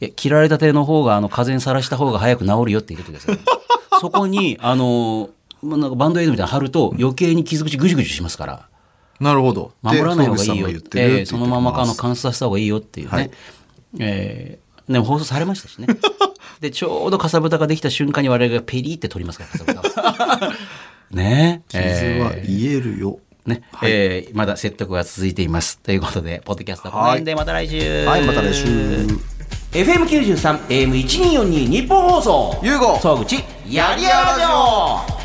[SPEAKER 1] いや切られたての方があの風にさらした方が早く治るよって言ってくだ さいそこにあのまあなんかバンドエイドみたいなの貼ると余計に傷口ぐじゅぐじゅしますから。
[SPEAKER 2] なるほど。
[SPEAKER 1] 守らない方がいいよ
[SPEAKER 2] で野口さんが
[SPEAKER 1] っ
[SPEAKER 2] 言っててるって言って
[SPEAKER 1] そのままあの
[SPEAKER 2] きす
[SPEAKER 1] 観察した方がいいよっていうね、
[SPEAKER 2] はい
[SPEAKER 1] えーでも放送されました しねでちょうどかさぶたができた瞬間に我々がペリって取りますからかさぶたを ねえ
[SPEAKER 2] 傷は
[SPEAKER 1] え
[SPEAKER 2] 癒えるよ。
[SPEAKER 1] ーねえーまだ説得が続いていますということでポッドキャストはこの辺でまた来週
[SPEAKER 2] はいまた来週
[SPEAKER 1] FM93AM1242 日本放送
[SPEAKER 2] ユーゴ
[SPEAKER 1] 総口やりやらじょう